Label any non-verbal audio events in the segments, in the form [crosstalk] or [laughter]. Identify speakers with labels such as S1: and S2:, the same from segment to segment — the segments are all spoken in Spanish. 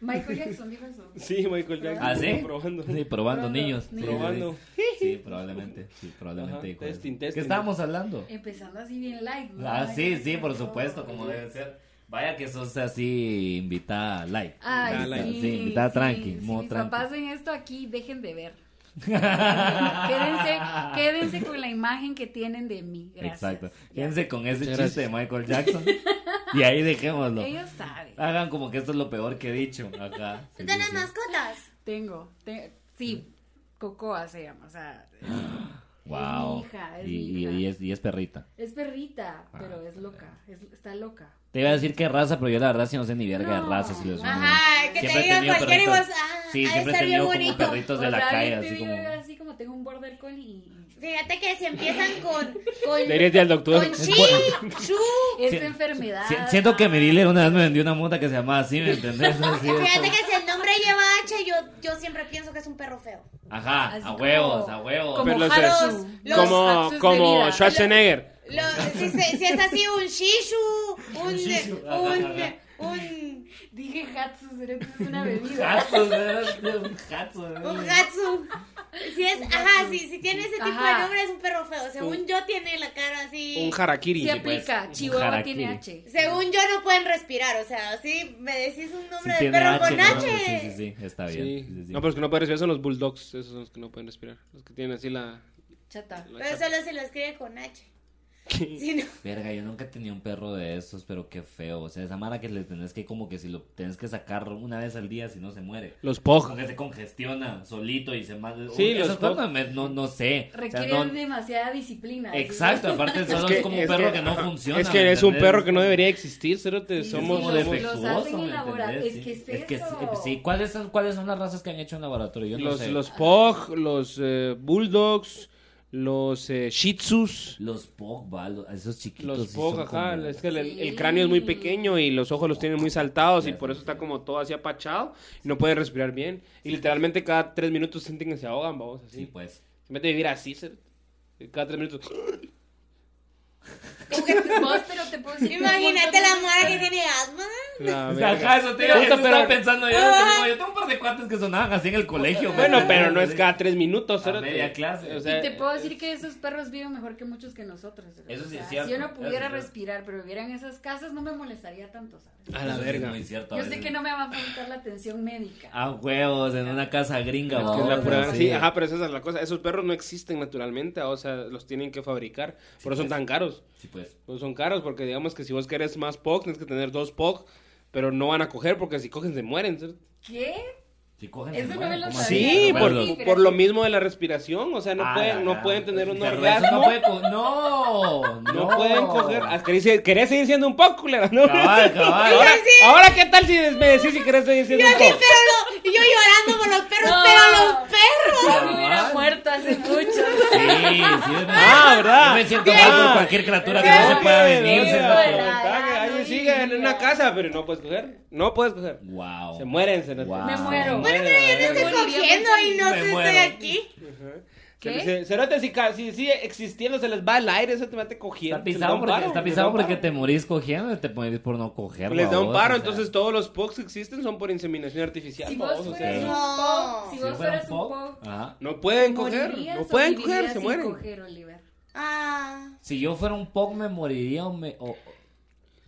S1: Michael Jackson dijo eso.
S2: [laughs] Sí, Michael Jackson.
S1: ¿Ah,
S2: estuvo
S3: sí?
S2: [laughs] Probando.
S3: Sí, probando niños. Sí,
S2: Probando.
S3: Sí, sí, probablemente. Sí, probablemente.
S2: Ajá,
S3: dijo
S2: testing,
S3: eso. ¿Qué
S2: testing.
S3: estábamos hablando?
S1: Empezando así bien light, ¿no?
S3: Ah,
S1: Ay,
S3: sí,
S1: qué
S3: sí, por
S1: rico.
S3: supuesto, como debe ser. Vaya que sos así, invitada live.
S1: Ay,
S2: Dale.
S1: sí,
S3: sí, invitada
S1: sí,
S3: tranqui,
S1: Si
S3: modo
S1: mis
S3: tranqui. [laughs]
S1: papás ven esto aquí, dejen de ver. quédense, quédense con la imagen que tienen de mí. Gracias.
S3: Exacto.
S1: Ya.
S3: Quédense con ese
S2: Muchas
S3: chiste de Michael Jackson. y ahí dejémoslo.
S1: Ellos saben.
S3: Hagan como que esto es lo peor que he dicho acá.
S4: ¿Tú
S3: Sí, sí,
S4: tienes
S3: sí.
S4: mascotas?
S1: Tengo, te- sí, Cocoa se llama, o sea,
S3: Wow.
S1: mi hija, es
S3: y,
S1: mi
S3: y-
S1: hija.
S3: y es, y es perrita.
S1: es perrita,
S3: Ah,
S1: pero es loca, es- está loca.
S3: Te iba a decir qué raza, pero yo la verdad sí no sé ni verga de
S1: No.
S3: raza. Si lo soy.
S4: Ajá, que
S3: Siempre
S4: te
S3: he
S4: digan
S3: tenido
S4: cualquier y vos.
S3: perritos.
S4: Ah,
S3: Sí,
S4: ha de
S3: siempre he
S4: estar bien
S3: tenido como
S4: bonito.
S3: perritos de
S1: O
S3: la
S1: sea,
S3: calle,
S1: yo te
S3: así
S1: digo,
S3: como.
S1: así como tengo un border collie y
S4: Fíjate que si empiezan con. con
S2: Deberías ir al doctor.
S4: Con chi, chu.
S1: es
S3: Si-
S1: enfermedad. ah,
S3: Si- siento que mi dealer una vez me vendió una mota que se llamaba así, ¿me
S4: [laughs]
S3: entendés? Así es.
S4: Fíjate que si el nombre lleva H, yo, yo siempre pienso que es un perro feo.
S3: Ajá,
S1: Así
S3: a
S1: como-
S3: huevos, a huevos.
S1: como
S2: Pero los-
S1: Harold,
S4: los-
S2: como
S1: Haxus de
S2: como
S1: vida.
S2: Schwarzenegger.
S4: Lo, si, se- si es así, un
S3: [laughs]
S4: shishu, un.
S3: Ah. shishu.
S4: Un. Un.
S1: Dije Hatsus, es una bebida.
S3: Jatsos, [laughs] ¿verdad? Un jatso, ¿verdad?
S4: Un gatsu. Si es. Ajá, si, si tiene ese tipo
S1: Ajá.
S4: de nombre, es un perro feo. Según yo, tiene la cara así.
S2: Un harakiri.
S1: Se
S3: Sí, pues,
S1: aplica,
S3: un
S1: Chihuahua
S3: harakiri.
S1: tiene H.
S4: Según yo no pueden respirar, o sea, si me decís un
S3: Sí
S4: nombre de
S3: tiene
S4: perro con
S3: ¿no?
S4: H.
S3: Sí, sí, sí, está bien.
S2: Sí.
S3: sí, sí.
S2: No, pero los que no pueden respirar son los bulldogs, esos son los que no pueden respirar. Los que tienen así la...
S1: Chata.
S2: la
S4: Pero
S2: chapa.
S4: solo se lo escribe con H. Si no,
S3: Verga, yo nunca he tenido un perro de esos, pero qué feo. O sea, esa mara que le tenés que, como que si lo tenés que sacar una vez al día, si no se muere.
S2: Los
S3: Como
S2: pog.
S3: que se congestiona solito y se mata.
S2: Sí, los
S3: esos
S2: pug.
S3: perros me- no, no sé. O sea,
S1: Requiere
S3: no-
S1: demasiada disciplina. ¿sí?
S3: Exacto, aparte solo es, como un perro que, no
S2: ajá,
S3: funciona.
S2: Es
S3: ¿me
S2: que es un
S3: entendés?
S2: perro que no debería existir, cerote.
S1: Sí,
S2: somos...
S3: como
S1: sí,
S2: somos-
S1: los-
S3: defectuoso,
S1: hacen en
S3: ¿me
S1: labora-
S3: entendés?
S1: es que es
S3: que sí,
S1: eso.
S3: sí. ¿Cuáles son, ¿Cuáles son las razas que han hecho en laboratorio? Yo no
S2: los,
S3: sé.
S2: los Pog, los eh, Bulldogs, los eh, Shih Tzus,
S3: Los Pogba, los- esos chiquitos.
S2: los
S3: sí
S2: Pog,
S3: son
S2: ajá.
S3: como-
S2: Es que el, el
S1: Sí.
S2: cráneo es muy pequeño y los ojos los tienen muy saltados y
S3: Ya,
S2: por
S3: sí,
S2: eso está como todo así apachado. Y no puede respirar bien. Y literalmente cada tres minutos sienten que se ahogan, vamos, así.
S3: Sí, pues.
S2: En vez de vivir así, cerote, cada tres
S3: [laughs]
S2: minutos.
S4: como que tú-
S1: Vos, pero te puedo decir que un
S4: imagínate
S1: montón de-
S4: la mujer que tiene asma.
S2: La
S3: O
S2: verga.
S3: sea, ajá, eso te iba-
S2: Puta,
S3: eso
S2: pero-
S3: estaba pensando yo. Yo tengo, yo tengo un par de cuates que sonaban así en el colegio. pues,
S2: Bueno,
S3: güey.
S2: pero no es cada tres minutos,
S3: A
S2: cerote.
S3: media clase.
S2: O sea,
S1: Y te puedo decir que esos perros viven mejor que muchos que nosotros. ¿sabes?
S3: Eso sí
S1: O sea,
S3: es cierto,
S1: Si yo no
S3: eso sí
S1: pudiera
S3: es cierto.
S1: respirar, pero viviera en esas casas, no me molestaría tanto, ¿sabes?
S2: A la
S3: Eso sí es
S2: verga.
S3: muy cierto, a
S1: Yo sé
S3: veces.
S1: que no me va a faltar la atención médica.
S3: A huevos, en una casa gringa.
S2: Que es la
S3: babos,
S2: pura-
S3: así.
S2: Sí, ajá, pero esa es la cosa. Esos perros no existen naturalmente, o sea, los tienen que fabricar. Por eso son tan caros.
S3: Sí, pues.
S2: Pues son caros, porque digamos que si vos querés más POC, tienes que tener dos POC, pero no van a coger porque si cogen se mueren. ¿cierto?
S1: ¿Qué?
S3: Si cogen,
S1: Eso
S3: se
S1: no
S3: mueren,
S1: me lo
S3: ¿cómo
S1: sabía.
S3: así?
S2: Sí,
S3: No,
S2: por,
S3: Ah, pero-
S1: Sí, pero-
S2: por lo mismo de la respiración, o sea, no,
S3: Ah,
S2: pueden, no
S3: la-
S2: pueden tener un
S3: pero
S2: orgasmo.
S3: eso No,
S2: No,
S3: puede co- no, no.
S2: pueden coger. Ah, ¿Querés, seguir- querés seguir siendo un POC, culera? [laughs] ¿no?
S3: Cabal, cabal.
S2: Ahora, ahora, ¿qué tal si me decís si querés seguir siendo un
S4: Sí,
S2: POC?
S4: pero lo- y yo llorando por los perros,
S1: No.
S4: pero los perros.
S1: Yo
S3: Cabal.
S1: me hubiera muerto hace mucho.
S3: Sí, sí, es
S2: Ah, ¿verdad?
S3: Yo me siento mal por
S2: Ah.
S3: cualquier criatura que no se pueda
S2: Sí,
S3: venir.
S2: sí,
S3: se
S2: sí,
S3: lo-
S1: Híjole.
S2: está,
S1: no
S2: Ahí sigue en
S1: digas.
S2: una casa, pero no puedes coger. No puedes coger.
S3: Wow.
S2: Se mueren, se
S3: Wow.
S1: Me muero.
S2: Bueno,
S4: Yo
S2: pero
S4: no estoy
S1: Me moriría
S4: cogiendo y no
S3: Me
S4: sé, estoy
S3: muero.
S4: aquí.
S1: ¿Qué?
S2: Se- Cerote, si, ca- si sigue existiendo, se les va el aire, eso te mete cogiendo.
S3: Está
S2: se les da
S3: pisado
S2: un
S3: porque,
S2: paro,
S3: está
S2: les
S3: pisado
S2: da un
S3: porque
S2: paro.
S3: te morís cogiendo y te morís por no coger.
S2: Les da un
S3: babos,
S2: paro,
S3: o sea.
S2: entonces todos los POCs que existen son por inseminación artificial.
S1: Si
S2: babos,
S1: vos
S2: o
S1: fueras
S2: sea,
S1: un
S4: No.
S1: pop, si
S3: Si
S1: vos
S3: fuera
S1: fueras
S3: un
S1: un
S3: pop,
S1: pop,
S3: ajá.
S2: No pueden coger,
S1: ¿morirías
S2: no
S1: o
S2: pueden
S1: vivirías
S2: coger, se
S1: sin
S2: mueren.
S1: coger, Oliver?
S4: Ah.
S3: Si yo fuera un pop me moriría o me... o- o-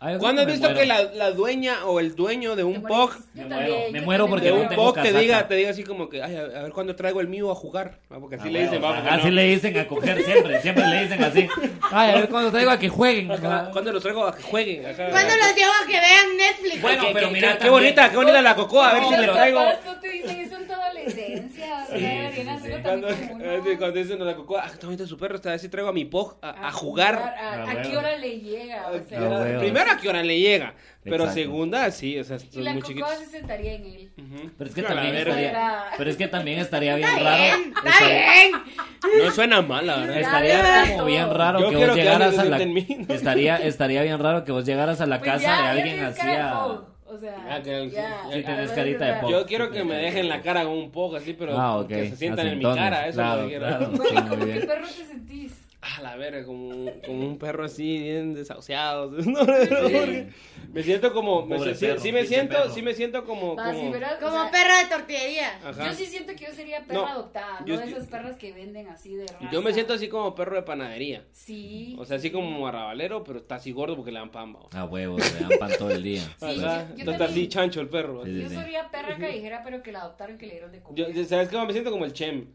S3: Ay, yo
S2: ¿Cuándo has
S3: me
S2: visto
S3: muero.
S2: que la, la dueña o el dueño de
S1: ¿Te
S2: un
S1: morís?
S2: POC,
S1: Yo
S3: Me
S1: también,
S3: muero,
S1: yo
S3: me muero
S1: también
S3: porque
S2: de
S3: no
S1: me
S2: un
S1: muero.
S3: tengo
S2: POC te
S3: casaca.
S2: diga, te diga así como que, ay, a, a ver cuándo traigo el mío a jugar? Ah, Porque así
S3: Ah,
S2: le dicen,
S3: bueno,
S2: vamos,
S3: Así le dicen a coger siempre, siempre le dicen así. Ay, a ver cuando te digo a que jueguen.
S2: ¿Cuándo los traigo a que jueguen? Ajá.
S4: ¿Cuándo los llevo a que vean Netflix?
S3: Bueno,
S2: Qué-
S3: pero
S2: qué-
S3: mira
S2: qué,
S3: también.
S2: bonita, qué bonita la cocoa, a ver
S3: No,
S2: si le
S3: pero-
S2: traigo.
S1: Papás, no te dicen eso en tu adolescencia. o sea,
S3: Sí,
S1: deberían
S3: sí,
S1: hacerlo también
S3: sí.
S2: Cuando,
S1: como
S2: eh, [laughs]
S1: uno.
S2: cuando dicen a la cocoa, ah, qué bonito su perro, está a ver si traigo a mi pog a, a jugar.
S1: jugar, ¿A,
S3: Ah,
S1: a
S3: bueno.
S1: qué hora le llega?
S2: Pues,
S1: O sea,
S3: Ah, bueno. huevos.
S2: Primero, ¿a qué hora le llega? Pero
S3: Exacto.
S2: segunda, sí, o sea,
S1: y
S2: son
S1: la
S2: muy
S1: cocoa
S2: chiquitos.
S1: se sentaría en él.
S2: Ujú.
S3: Pero es que
S2: Yo a la
S3: también
S2: verga.
S3: estaría,
S1: verga.
S3: pero es que también estaría bien
S4: Está
S3: raro.
S4: bien, está
S3: estaría-
S4: bien.
S2: No suena mal, la verdad.
S3: Estaría
S1: Dale.
S3: como bien raro
S2: Yo
S3: que
S2: quiero
S3: vos
S2: que
S3: llegaras
S2: alguien
S3: a
S2: se
S3: la
S2: siente en mí.
S3: [laughs] estaría estaría bien raro que vos llegaras a la
S1: Pues
S3: casa
S1: ya,
S3: de
S1: ya
S3: alguien
S1: tienes
S3: así
S1: cara de
S3: a
S1: pop, O sea,
S2: Ah, que-
S1: ya.
S2: sí,
S3: tenés carita de pop.
S2: Yo quiero que me dejen la cara con un poco así, pero
S3: Ah, ok.
S2: que se sientan
S3: Así
S2: en mi
S3: entonces,
S2: cara, eso es lo
S3: claro,
S2: que quiero. [laughs]
S3: claro.
S1: Bueno,
S3: Sí,
S1: ¿cómo
S3: muy
S1: qué
S3: bien.
S1: perro te sentís?
S2: a la verga, como, como un perro así, bien desahuciado. [laughs] No, no, porque Me siento como, me
S3: Pobre
S2: si-
S3: perro,
S2: sí me
S3: pinche
S2: siento,
S3: perro.
S2: sí me siento como,
S1: Va, Ah, sí,
S2: como-
S1: ¿verdad? O
S4: Como
S1: sea,
S4: perro de tortillería.
S3: Ah,
S2: Ajá.
S1: Yo sí siento que yo sería perra
S2: No,
S1: adoptada,
S2: yo
S1: no de
S2: estoy-
S1: esas perras que venden así de raza.
S2: Yo me siento así como perro de panadería.
S1: Sí.
S2: O sea, así como arrabalero, pero está así gordo porque le dan pan, bao.
S3: A huevos, le dan pan todo el día.
S1: Sí, yo-
S2: Ajá.
S1: yo
S2: Entonces, está
S1: también-
S2: así chancho el perro.
S3: Sí.
S1: Yo sería perra callejera, pero que la adoptaron que le dieron de comer.
S2: Yo, ¿Sabes cómo? Me siento como el Chem.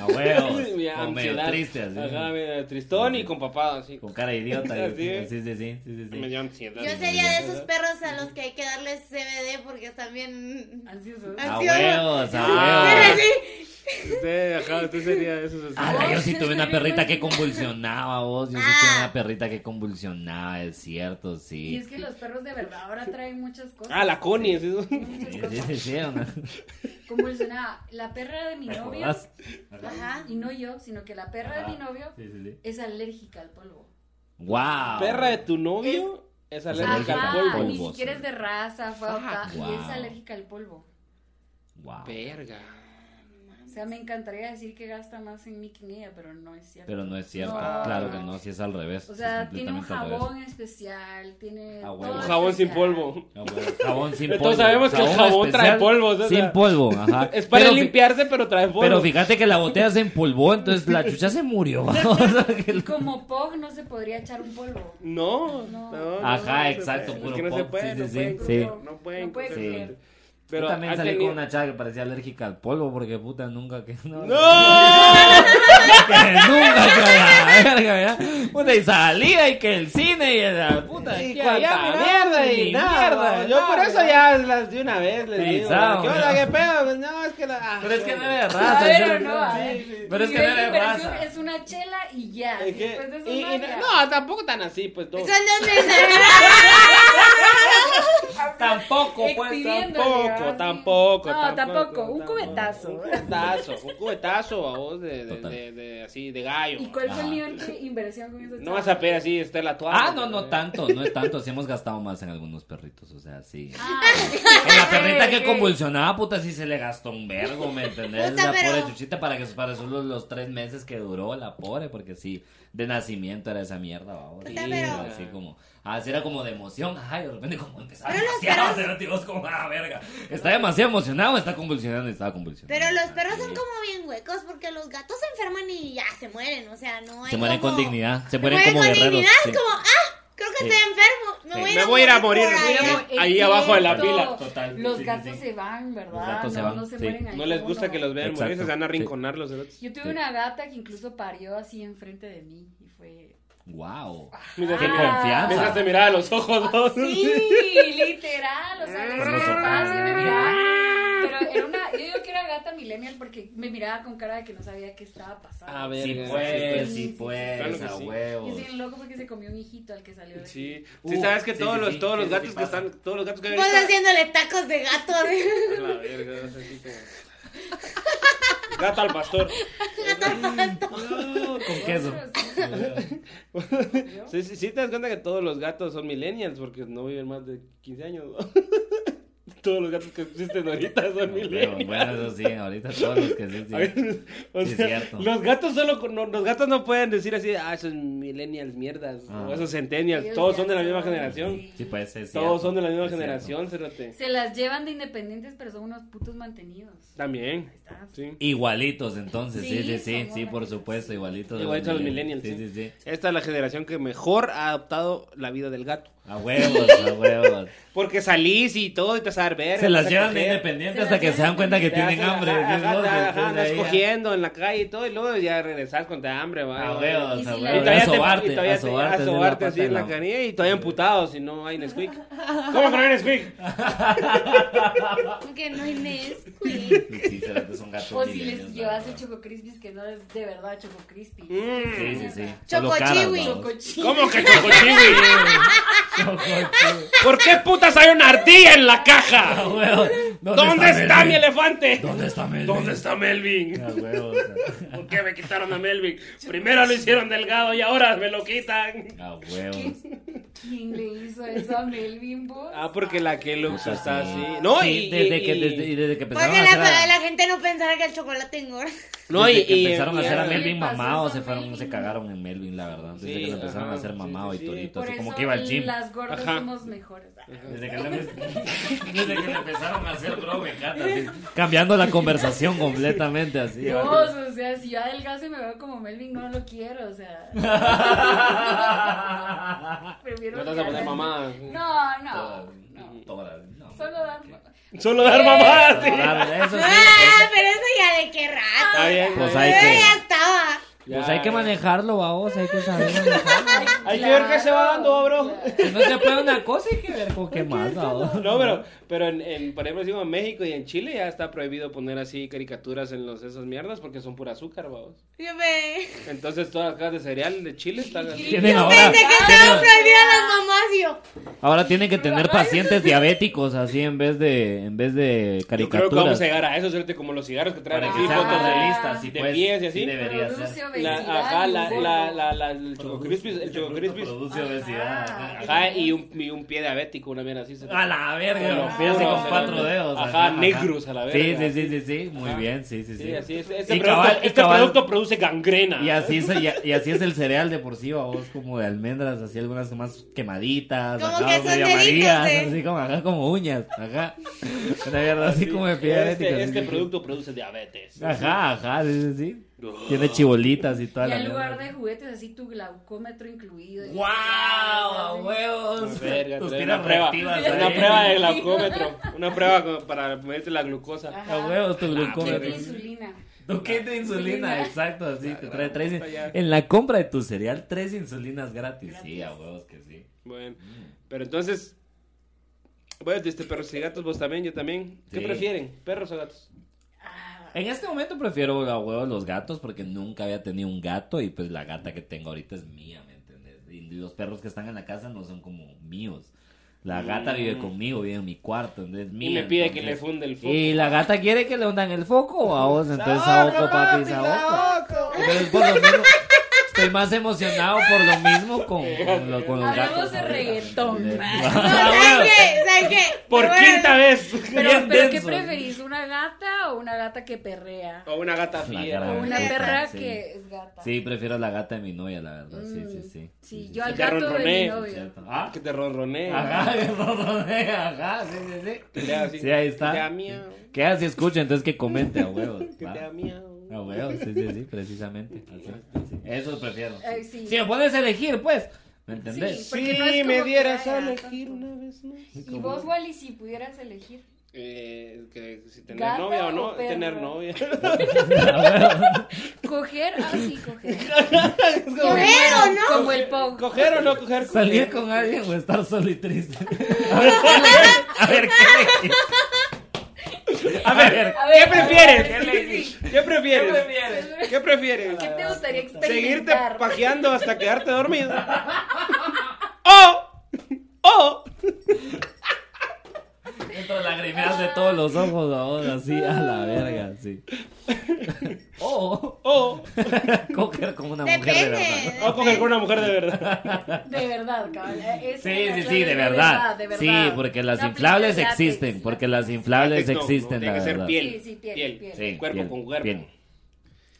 S3: A huevos.
S2: [laughs] Mi
S3: Como medio
S2: ansiedad.
S3: triste, así.
S2: Ajá, medio tristón y con papá, así.
S3: Con cara de idiota.
S2: [laughs] Así
S3: Sí,
S2: es.
S3: sí, sí, sí, sí, sí.
S2: Me dio ansiedad.
S4: Yo sería de esos perros a los que hay que darles CBD porque están bien.
S1: Ansiosos.
S3: A
S4: ansiosos.
S3: huevos, a
S2: Ah.
S3: huevos.
S2: Usted, ajá, usted sería de esos. así.
S3: Ala, Ah, yo sí tuve una perrita que convulsionaba, vos. Yo sí tuve
S4: Ah.
S3: una perrita que convulsionaba, es cierto,
S1: Y
S3: sí.
S1: es que los perros de verdad ahora traen muchas cosas.
S2: Ah, la Connie. es eso.
S1: Muchas
S2: [laughs]
S3: Sí, sí,
S1: cosas.
S3: sí, sí, era una-
S1: Convulsionaba. La perra de mi
S3: [laughs] ¿Te
S1: novio,
S3: acordás?
S4: Ajá.
S1: y no yo, sino que la perra de
S3: Ajá.
S1: mi novio
S3: Sí, sí, sí.
S1: es alérgica al polvo.
S3: ¡Wow!
S2: Perra de tu novio es alérgica
S3: alérgica
S1: Ajá,
S2: al
S1: ni
S2: polvo.
S3: polvo,
S1: siquiera
S3: sí.
S1: es de raza, fue adoptada, y es
S3: Wow.
S1: alérgica al polvo.
S3: Wow.
S2: Verga.
S1: O sea, me encantaría decir que gasta más en mí que en ella, pero no es cierto.
S3: Pero no es cierto.
S1: No.
S3: Claro que no, si es al revés.
S1: O
S3: sí
S1: sea,
S3: es
S1: tiene un
S3: completamente al revés.
S1: jabón especial, tiene
S3: Ah, huevo.
S1: todo
S2: Un jabón sin
S1: especial.
S2: polvo.
S3: Ah, bueno, Jabón sin
S2: Pero
S3: polvo.
S2: todos sabemos que el jabón trae
S3: especial
S2: polvo, o sea,
S3: sin polvo, ajá.
S2: [laughs] Es para
S3: Pero fi-
S2: limpiarse, pero trae polvo.
S3: Pero fíjate que la botella se empolvó, entonces la chucha se murió. [laughs] o
S1: [laughs]
S3: sea, que
S1: Y
S3: el-
S1: como Pog no se podría echar un polvo.
S2: No,
S1: No.
S2: no, no,
S3: Ajá,
S2: no se
S3: exacto,
S2: puede. Es
S3: puro
S2: que no se
S3: pop,
S2: puede,
S3: sí,
S2: no
S3: sí,
S2: pueden
S3: sí.
S2: cruzar,
S1: Sí.
S2: no pueden
S1: No puede
S2: cruzar.
S1: creer.
S2: Pero
S3: Yo también
S2: ha
S3: salí
S2: tenido-
S3: con una chava que parecía alérgica al polvo porque puta nunca que no. [laughs]
S2: ¡No!
S3: Que nunca que a la verga, ¿verdad? Puta y salía y que el cine y la puta
S2: Y
S3: que
S2: cuánta
S3: allá,
S2: mierda y
S3: ni
S2: nada.
S3: mierda,
S2: Yo
S3: nada,
S2: por eso
S3: ¿verdad?
S2: ya las de una vez les
S3: Sí,
S2: digo.
S3: sao,
S2: ¿Qué onda?
S3: ¿no?
S2: ¿Qué pedo? Pues no, es que la...
S3: Pero es que no
S2: Ah,
S3: era de
S1: A
S3: raza.
S1: ver
S3: yo-
S1: o no, a ver.
S2: sí, sí.
S3: Pero es que no
S1: Nivel
S3: era de
S1: de inversión
S3: raza.
S1: Es una chela y ya.
S2: es que-
S1: Pues Después de eso
S2: y-
S1: no
S2: y-
S1: había.
S2: no, tampoco tan así, pues no.
S4: Son los de-
S3: Tampoco, pues.
S1: Exhibiendo,
S2: tampoco,
S1: digamos, sí.
S2: tampoco,
S1: No, tampoco. Un
S2: tampoco. Un
S1: cubetazo.
S2: cubetazo, un cubetazo a vos de, de,
S3: Total.
S2: de- de- así, de gallo.
S1: ¿Y cuál fue
S3: Ajá.
S1: el nivel de inversión con esos
S2: No vas a pedir así, está la toalla.
S3: Ah, no, no tanto, no es tanto. Sí hemos gastado más en algunos perritos, o sea, sí.
S2: [laughs]
S1: En
S3: En la
S4: [laughs]
S1: [laughs]
S3: perrita que convulsionaba, puta, sí se le gastó un vergo, ¿me entendés?
S4: Puta,
S3: la
S4: pero-
S3: pobre chuchita para que para solo los tres meses que duró, la pobre, porque sí, de nacimiento era esa mierda, vamos.
S4: Puta, pero-
S3: así como, así era como de emoción, ay, de repente como empezaba
S4: Pero los
S3: demasiado, pero tío, es como, ah, verga, está demasiado emocionado, está convulsionando, estaba convulsionando.
S4: Pero los perros son
S3: Sí.
S4: como bien huecos porque los gatos se enferman y ya se mueren. O sea, no hay.
S3: Se mueren
S4: como-
S3: con dignidad, se
S4: Se
S3: mueren como
S4: con
S3: guerreros.
S4: dignidad,
S3: sí.
S4: Es como, ah, creo que
S3: Sí.
S4: estoy enfermo. Me
S3: Sí.
S4: voy a ir
S2: Me
S4: a
S2: voy a ir a morir.
S4: por
S2: Mira,
S4: allá".
S2: mo- ahí abajo de la pila.
S3: Total,
S1: Los
S3: sí, sí,
S1: gatos
S3: sí.
S1: se van, ¿verdad?
S3: Los gatos
S1: no,
S3: se van,
S1: no se
S3: sí.
S1: mueren ahí,
S2: No les
S1: ¿cómo
S2: gusta que los vean
S3: Exacto,
S2: morir, se van a
S3: sí.
S2: rinconar los otros.
S1: Yo tuve
S3: Sí.
S1: una gata que incluso parió así enfrente de mí y fue.
S3: Wow.
S2: Mira,
S3: Qué
S2: se-
S3: confianza.
S2: Mira, se miraba a los ojos dos.
S1: Ah. Sí, literal, o sea, le
S3: Con los ojos.
S1: sopaba así, me miraba. Pero era una, yo digo que era gata millennial porque me miraba con cara de que no sabía qué estaba pasando.
S2: A ver.
S3: Sí,
S2: Verga,
S3: pues,
S1: sí,
S3: sí,
S1: sí,
S3: pues,
S2: sí.
S3: a
S2: Claro que sí.
S1: Y es
S3: huevos.
S1: bien loco porque se comió un hijito al que salió. de-
S2: Sí,
S3: Uh,
S2: sí, sabes que
S3: sí,
S2: todos
S3: sí,
S2: los
S3: sí,
S2: todos los
S3: sí,
S2: gatos
S3: sí
S2: que
S3: pasa.
S2: están todos los gatos que hay
S4: Vos
S2: ahorita-
S4: Pues haciéndole tacos de gato. [laughs] de-
S2: A la verga, es así como- Gato al [laughs] pastor.
S3: Con queso.
S2: Sí, sí, sí te das cuenta que todos los gatos son millennials porque no viven más de 15 años. ¿no? [laughs] todos los gatos que existen ahorita son
S3: Bueno,
S2: millennials.
S3: bueno, eso sí, ahorita todos los que sí, sí.
S2: A ver, [laughs] o
S3: Sí, es
S2: sea,
S3: cierto.
S2: los gatos solo con- no, los gatos no pueden decir así, ah, esos millennials mierdas
S3: Ah.
S2: o esos centennials,
S1: Ellos
S2: todos
S1: ya
S2: son de la misma
S1: son,
S2: generación.
S1: sí.
S3: Sí, pues, es cierto,
S2: Todos son de la misma
S3: es cierto.
S2: generación, cerote.
S1: Se las llevan de independientes, pero son unos putos mantenidos.
S2: También.
S1: Ahí está.
S2: Sí.
S3: Igualitos, entonces, sí, sí,
S1: Sí,
S3: sí,
S1: somos
S3: sí, por
S1: la-
S3: supuesto, igualitos. de
S2: Igualitos a los millennials.
S3: Sí, sí, sí.
S2: Esta es la generación que mejor ha adaptado la vida del gato.
S3: A huevos, a huevos.
S2: Porque salís y todo y te vas a dar verga,
S3: Se
S2: te vas
S3: las
S2: a
S3: llevan de
S2: coger.
S3: independiente
S1: Se
S3: hasta
S1: las
S3: que se dan cuenta que
S2: Te
S3: tienen
S2: vas a-
S3: hambre.
S2: ajá,
S3: ¿sí?
S2: ajá,
S3: Porque
S2: ajá,
S3: entonces
S2: andas
S3: ahí ya-
S2: cogiendo en la calle y todo, y luego ya regresás con te hambre, va.
S3: A huevos,
S1: Y si
S3: a
S1: la-
S2: Y
S3: huevos.
S2: todavía
S3: Ah, A
S2: te-
S3: sobarte,
S2: y todavía
S3: a
S2: te-
S3: sobarte.
S2: a
S3: de la
S2: sobarte
S3: pata
S2: así
S3: de
S2: en la
S3: la-
S2: canilla y todavía amputados si no hay Nesquik. ¿Cómo que no hay Nesquik?
S4: Porque no hay Nesquik.
S3: Sí, cerote, son gatos
S1: O si
S3: millennials,
S1: les
S3: la
S1: llevas
S3: verdad.
S1: Choco Crispies, que no es de verdad Choco Crispy.
S2: Mm.
S3: Sí, sí, sí.
S4: Choco
S3: [laughs] Solo caras,
S4: chiwi.
S3: vamos.
S1: Choco Chip.
S2: ¿Cómo que
S3: [laughs]
S2: chocochiwi?
S3: Choco chiwi.
S2: ¿Por qué putas hay una ardilla en la caja?
S3: [laughs] A huevos.
S2: ¿Dónde, está, mi
S3: Melvin?
S2: elefante?
S3: ¿Dónde está Melvin?
S2: ¿Dónde está Melvin?
S3: Ah, huevo, ah,
S2: ¿Por qué me quitaron a Melvin? Primero lo hicieron delgado y ahora me lo quitan.
S3: ah, huevo.
S1: ¿Quién le hizo eso a Melvin vos?
S2: Ah, porque la Kellogg's
S3: Puta,
S2: está
S3: sí.
S2: así. No,
S3: Sí,
S2: y,
S3: desde,
S2: y-
S3: que,
S2: y-
S3: desde, y desde que empezaron a
S4: Porque la,
S3: hacer a,
S4: para la gente no pensara que el chocolate
S3: [laughs]
S4: engorda. [laughs]
S2: no,
S3: desde
S2: y,
S3: que
S2: y-
S3: empezaron a hacer a
S1: y-
S3: Melvin
S1: y pasó
S3: mamado,
S1: eso
S3: se
S1: a
S3: fueron,
S1: Melvin.
S3: se cagaron en Melvin, la verdad. Desde
S2: Sí,
S3: que se empezaron
S2: ajá,
S3: a hacer
S2: sí,
S3: mamado
S2: sí,
S3: y
S2: sí.
S3: torito,
S1: Por
S3: así
S1: eso
S3: como que iba al gym.
S1: las gordas
S2: Ajá.
S1: somos mejores. Ah,
S3: Desde que, le, [laughs] desde que le empezaron a hacer bro, me encanta. así, cambiando la conversación completamente así.
S1: Dios, o sea, si yo adelgazo y me veo como Melvin, no lo quiero, o
S3: [laughs]
S1: sea. prefiero
S2: No te vas a
S1: que
S2: poner
S1: hagan-
S2: mamá. Ah,
S1: No, no, no.
S3: [laughs] Todas, no.
S1: Solo dar.
S2: Solo dar mamá. [laughs] sí.
S3: Claro, eso sí,
S4: Ah, pero eso ya de qué rato.
S2: Está bien,
S3: Pues
S2: está
S3: hay
S2: bien.
S4: Yo
S3: que-
S4: ya estaba.
S3: Pues
S2: Ya.
S3: hay que manejarlo, vamos, hay que saber manejarlo.
S2: Hay que ver qué se va dando, bro.
S3: Si no se puede una cosa, hay que ver con qué más, vamos.
S2: No, pero, pero en, en, por ejemplo, decimos, en México y en Chile ya está prohibido poner así caricaturas en los, esas mierdas porque son pura azúcar, vamos.
S4: Yo, me...
S2: Entonces todas las cajas de cereal de Chile están así.
S3: Tienen
S4: yo
S3: ahora,
S4: pensé que estaban prohibidas las mamás y yo.
S3: ahora tienen que tener pacientes diabéticos así en vez de, en vez de
S2: Yo creo que vamos
S3: caricaturas.
S2: a llegar a eso, suerte como los cigarros que traen
S3: Para
S2: así
S3: que sean
S2: fotos de
S3: realistas, y
S2: de
S3: pues,
S2: pies y así.
S3: sí debería
S1: Produce
S3: ser.
S2: La,
S1: obesidad.
S2: ajá, la,
S1: y
S2: la,
S1: gordo.
S2: la, la- el Choco Crispis, el Choco Crispis.
S3: Produce obesidad.
S2: Ajá, y un, y un pie diabético, una mierda así. se-
S3: A la verga,
S2: Te lo
S3: los pies así
S2: juro,
S3: con
S2: se
S3: cuatro
S2: lo-
S3: dedos.
S2: Ajá,
S3: así,
S2: negros a la verga.
S3: Sí, sí, sí, sí, sí, muy bien, sí, sí, sí.
S2: Sí, así es.
S3: Y
S2: Este, producto,
S3: cabal, y
S2: este
S3: cabal.
S2: producto produce gangrena.
S3: Y así, es, y, y así es el cereal de por sí, vos, como de almendras, así algunas más quemaditas,
S4: Como
S3: ajá,
S4: que son
S3: medio
S4: deditos,
S3: amarillas,
S4: ¿eh?
S3: así como, ajá, como uñas, ajá. Una mierda así como de piedra ética,
S2: Este, este
S3: así.
S2: producto produce diabetes.
S3: Ajá, ajá, sí, sí, sí. Tiene chibolitas y toda
S1: Y
S3: la
S1: en lugar
S3: mierda.
S1: de juguetes, así tu glaucómetro incluido.
S3: ¡Guau, huevos!
S2: Verga,
S3: Tus
S2: trae
S3: pilas
S2: una prueba,
S3: reactivas
S2: una
S3: ahí.
S2: prueba
S3: [laughs]
S2: de glaucómetro, una prueba co- para medirte la glucosa.
S1: Ajá.
S3: A huevos,
S2: Ah,
S3: tu
S1: Tengo
S3: glucómetro.
S1: insulina.
S3: Tu kit de insulina,
S1: Insulina.
S3: exacto, así te trae
S2: la
S3: tres.
S2: puta ya.
S3: En la compra de tu cereal, tres insulinas gratis. Sí, a huevos que sí.
S2: Bueno, pero entonces, bueno, este perros y gatos, vos también, yo también. ¿Qué
S3: Sí.
S2: prefieren, perros o gatos?
S1: Ah,
S3: En este momento prefiero a huevos los gatos porque nunca había tenido un gato y pues la gata que tengo ahorita es mía, ¿me entiendes? Y los perros que están en la casa no son como míos. La gata vive conmigo, vive en mi cuarto, entonces es mía.
S2: Mm. Y me pide que
S3: entonces-
S2: le funde el foco.
S3: Y la gata quiere que le hundan el
S2: [laughs]
S3: foco a vos, entonces saoco, papi, saoco. Entonces por lo mismo, estoy más emocionado por lo mismo con, con, lo- con los
S1: Hablemos
S3: gatos.
S1: de
S3: ahorita.
S1: [laughs]
S3: [laughs]
S1: reggaetón.
S4: No,
S3: Ah,
S4: ¿sabes "Pues, qué? ¿Sabes qué?
S2: Por
S4: Pero bueno,
S2: quinta vez.
S1: Pero,
S3: Bien
S1: pero ¿qué
S3: denso.
S1: preferís? ¿Una gata o una gata que perrea?
S2: O una gata
S3: La
S2: fiera.
S3: gran-
S1: O una
S3: gata,
S1: perra
S3: sí.
S1: que es gata.
S3: Sí, prefiero la gata de mi novia, la verdad. Sí,
S1: Mm,
S3: sí, sí.
S1: Sí, yo al
S2: Ya
S1: gato de
S2: ronroné,
S1: mi
S2: sí,
S1: novio.
S3: Cierto. Ah,
S2: Que te ronronee.
S3: Ajá, [laughs] que ronronee, ajá, sí, sí,
S2: Que
S3: sí.
S2: te haga así.
S3: Sí, ahí está.
S2: Que te haga miau.
S3: Que así escucha, entonces que comente a huevos.
S2: [laughs] Que te
S3: va. Ah,
S2: haga miau.
S3: A huevos, sí, sí, sí,
S2: [laughs]
S3: precisamente. Así, así. Eso prefiero.
S1: Ay, Eh, sí.
S3: Si me puedes elegir, pues. ¿Me entendés? [laughs]
S1: porque
S2: Si
S1: no es como
S2: me
S1: que
S2: dieras a
S1: haya
S2: elegir
S1: tanto.
S2: una vez más.
S1: Y vos, Wally, si pudieras elegir.
S2: Eh, que si tener
S1: ¿Gato
S2: novia o no,
S1: o perro?
S2: tener
S3: [laughs]
S2: novia.
S1: Coger, ah, sí,
S3: [laughs]
S1: coger.
S4: ¿Coger o no?
S1: Como el Pog.
S2: ¿Coger o no coger?
S3: Salir
S2: Coger.
S3: con alguien o estar solo y triste. [laughs] A ver, ¿qué elegís? A ver, ¿qué
S2: A ver,
S3: elegís?
S1: A
S2: ¿qué
S1: ver,
S2: prefieres?
S1: a ver, sí, sí.
S2: ¿Qué prefieres?
S3: prefieres?
S2: ¿Qué prefieres?
S1: ¿Qué te gustaría
S2: ¿Seguirte
S1: experimentar?
S2: pajeando hasta quedarte
S1: [laughs]
S2: dormido? ¡Oh! ¡Oh!
S3: Entro lagrimeas de todos los ojos ahora, así, a la verga,
S1: [laughs]
S3: sí. O
S2: ¡Oh!
S3: coger como una mujer de
S4: Depende.
S3: verdad.
S2: O coger con una mujer de verdad.
S1: De verdad, cabrón. Esa
S3: Sí,
S1: es la
S3: sí,
S1: clave,
S3: sí, de verdad.
S1: de
S3: Sí, porque
S2: pues,
S1: No
S3: las
S1: pues,
S3: inflables
S1: apliques látex.
S3: existen, porque las inflables
S2: Látex no,
S3: existen,
S2: no,
S3: la
S2: tiene que ser
S3: verdad.
S2: piel.
S1: Sí, sí, piel,
S2: piel.
S1: piel.
S3: Sí,
S2: Cuerpo
S3: piel,
S2: con cuerpo.
S3: piel.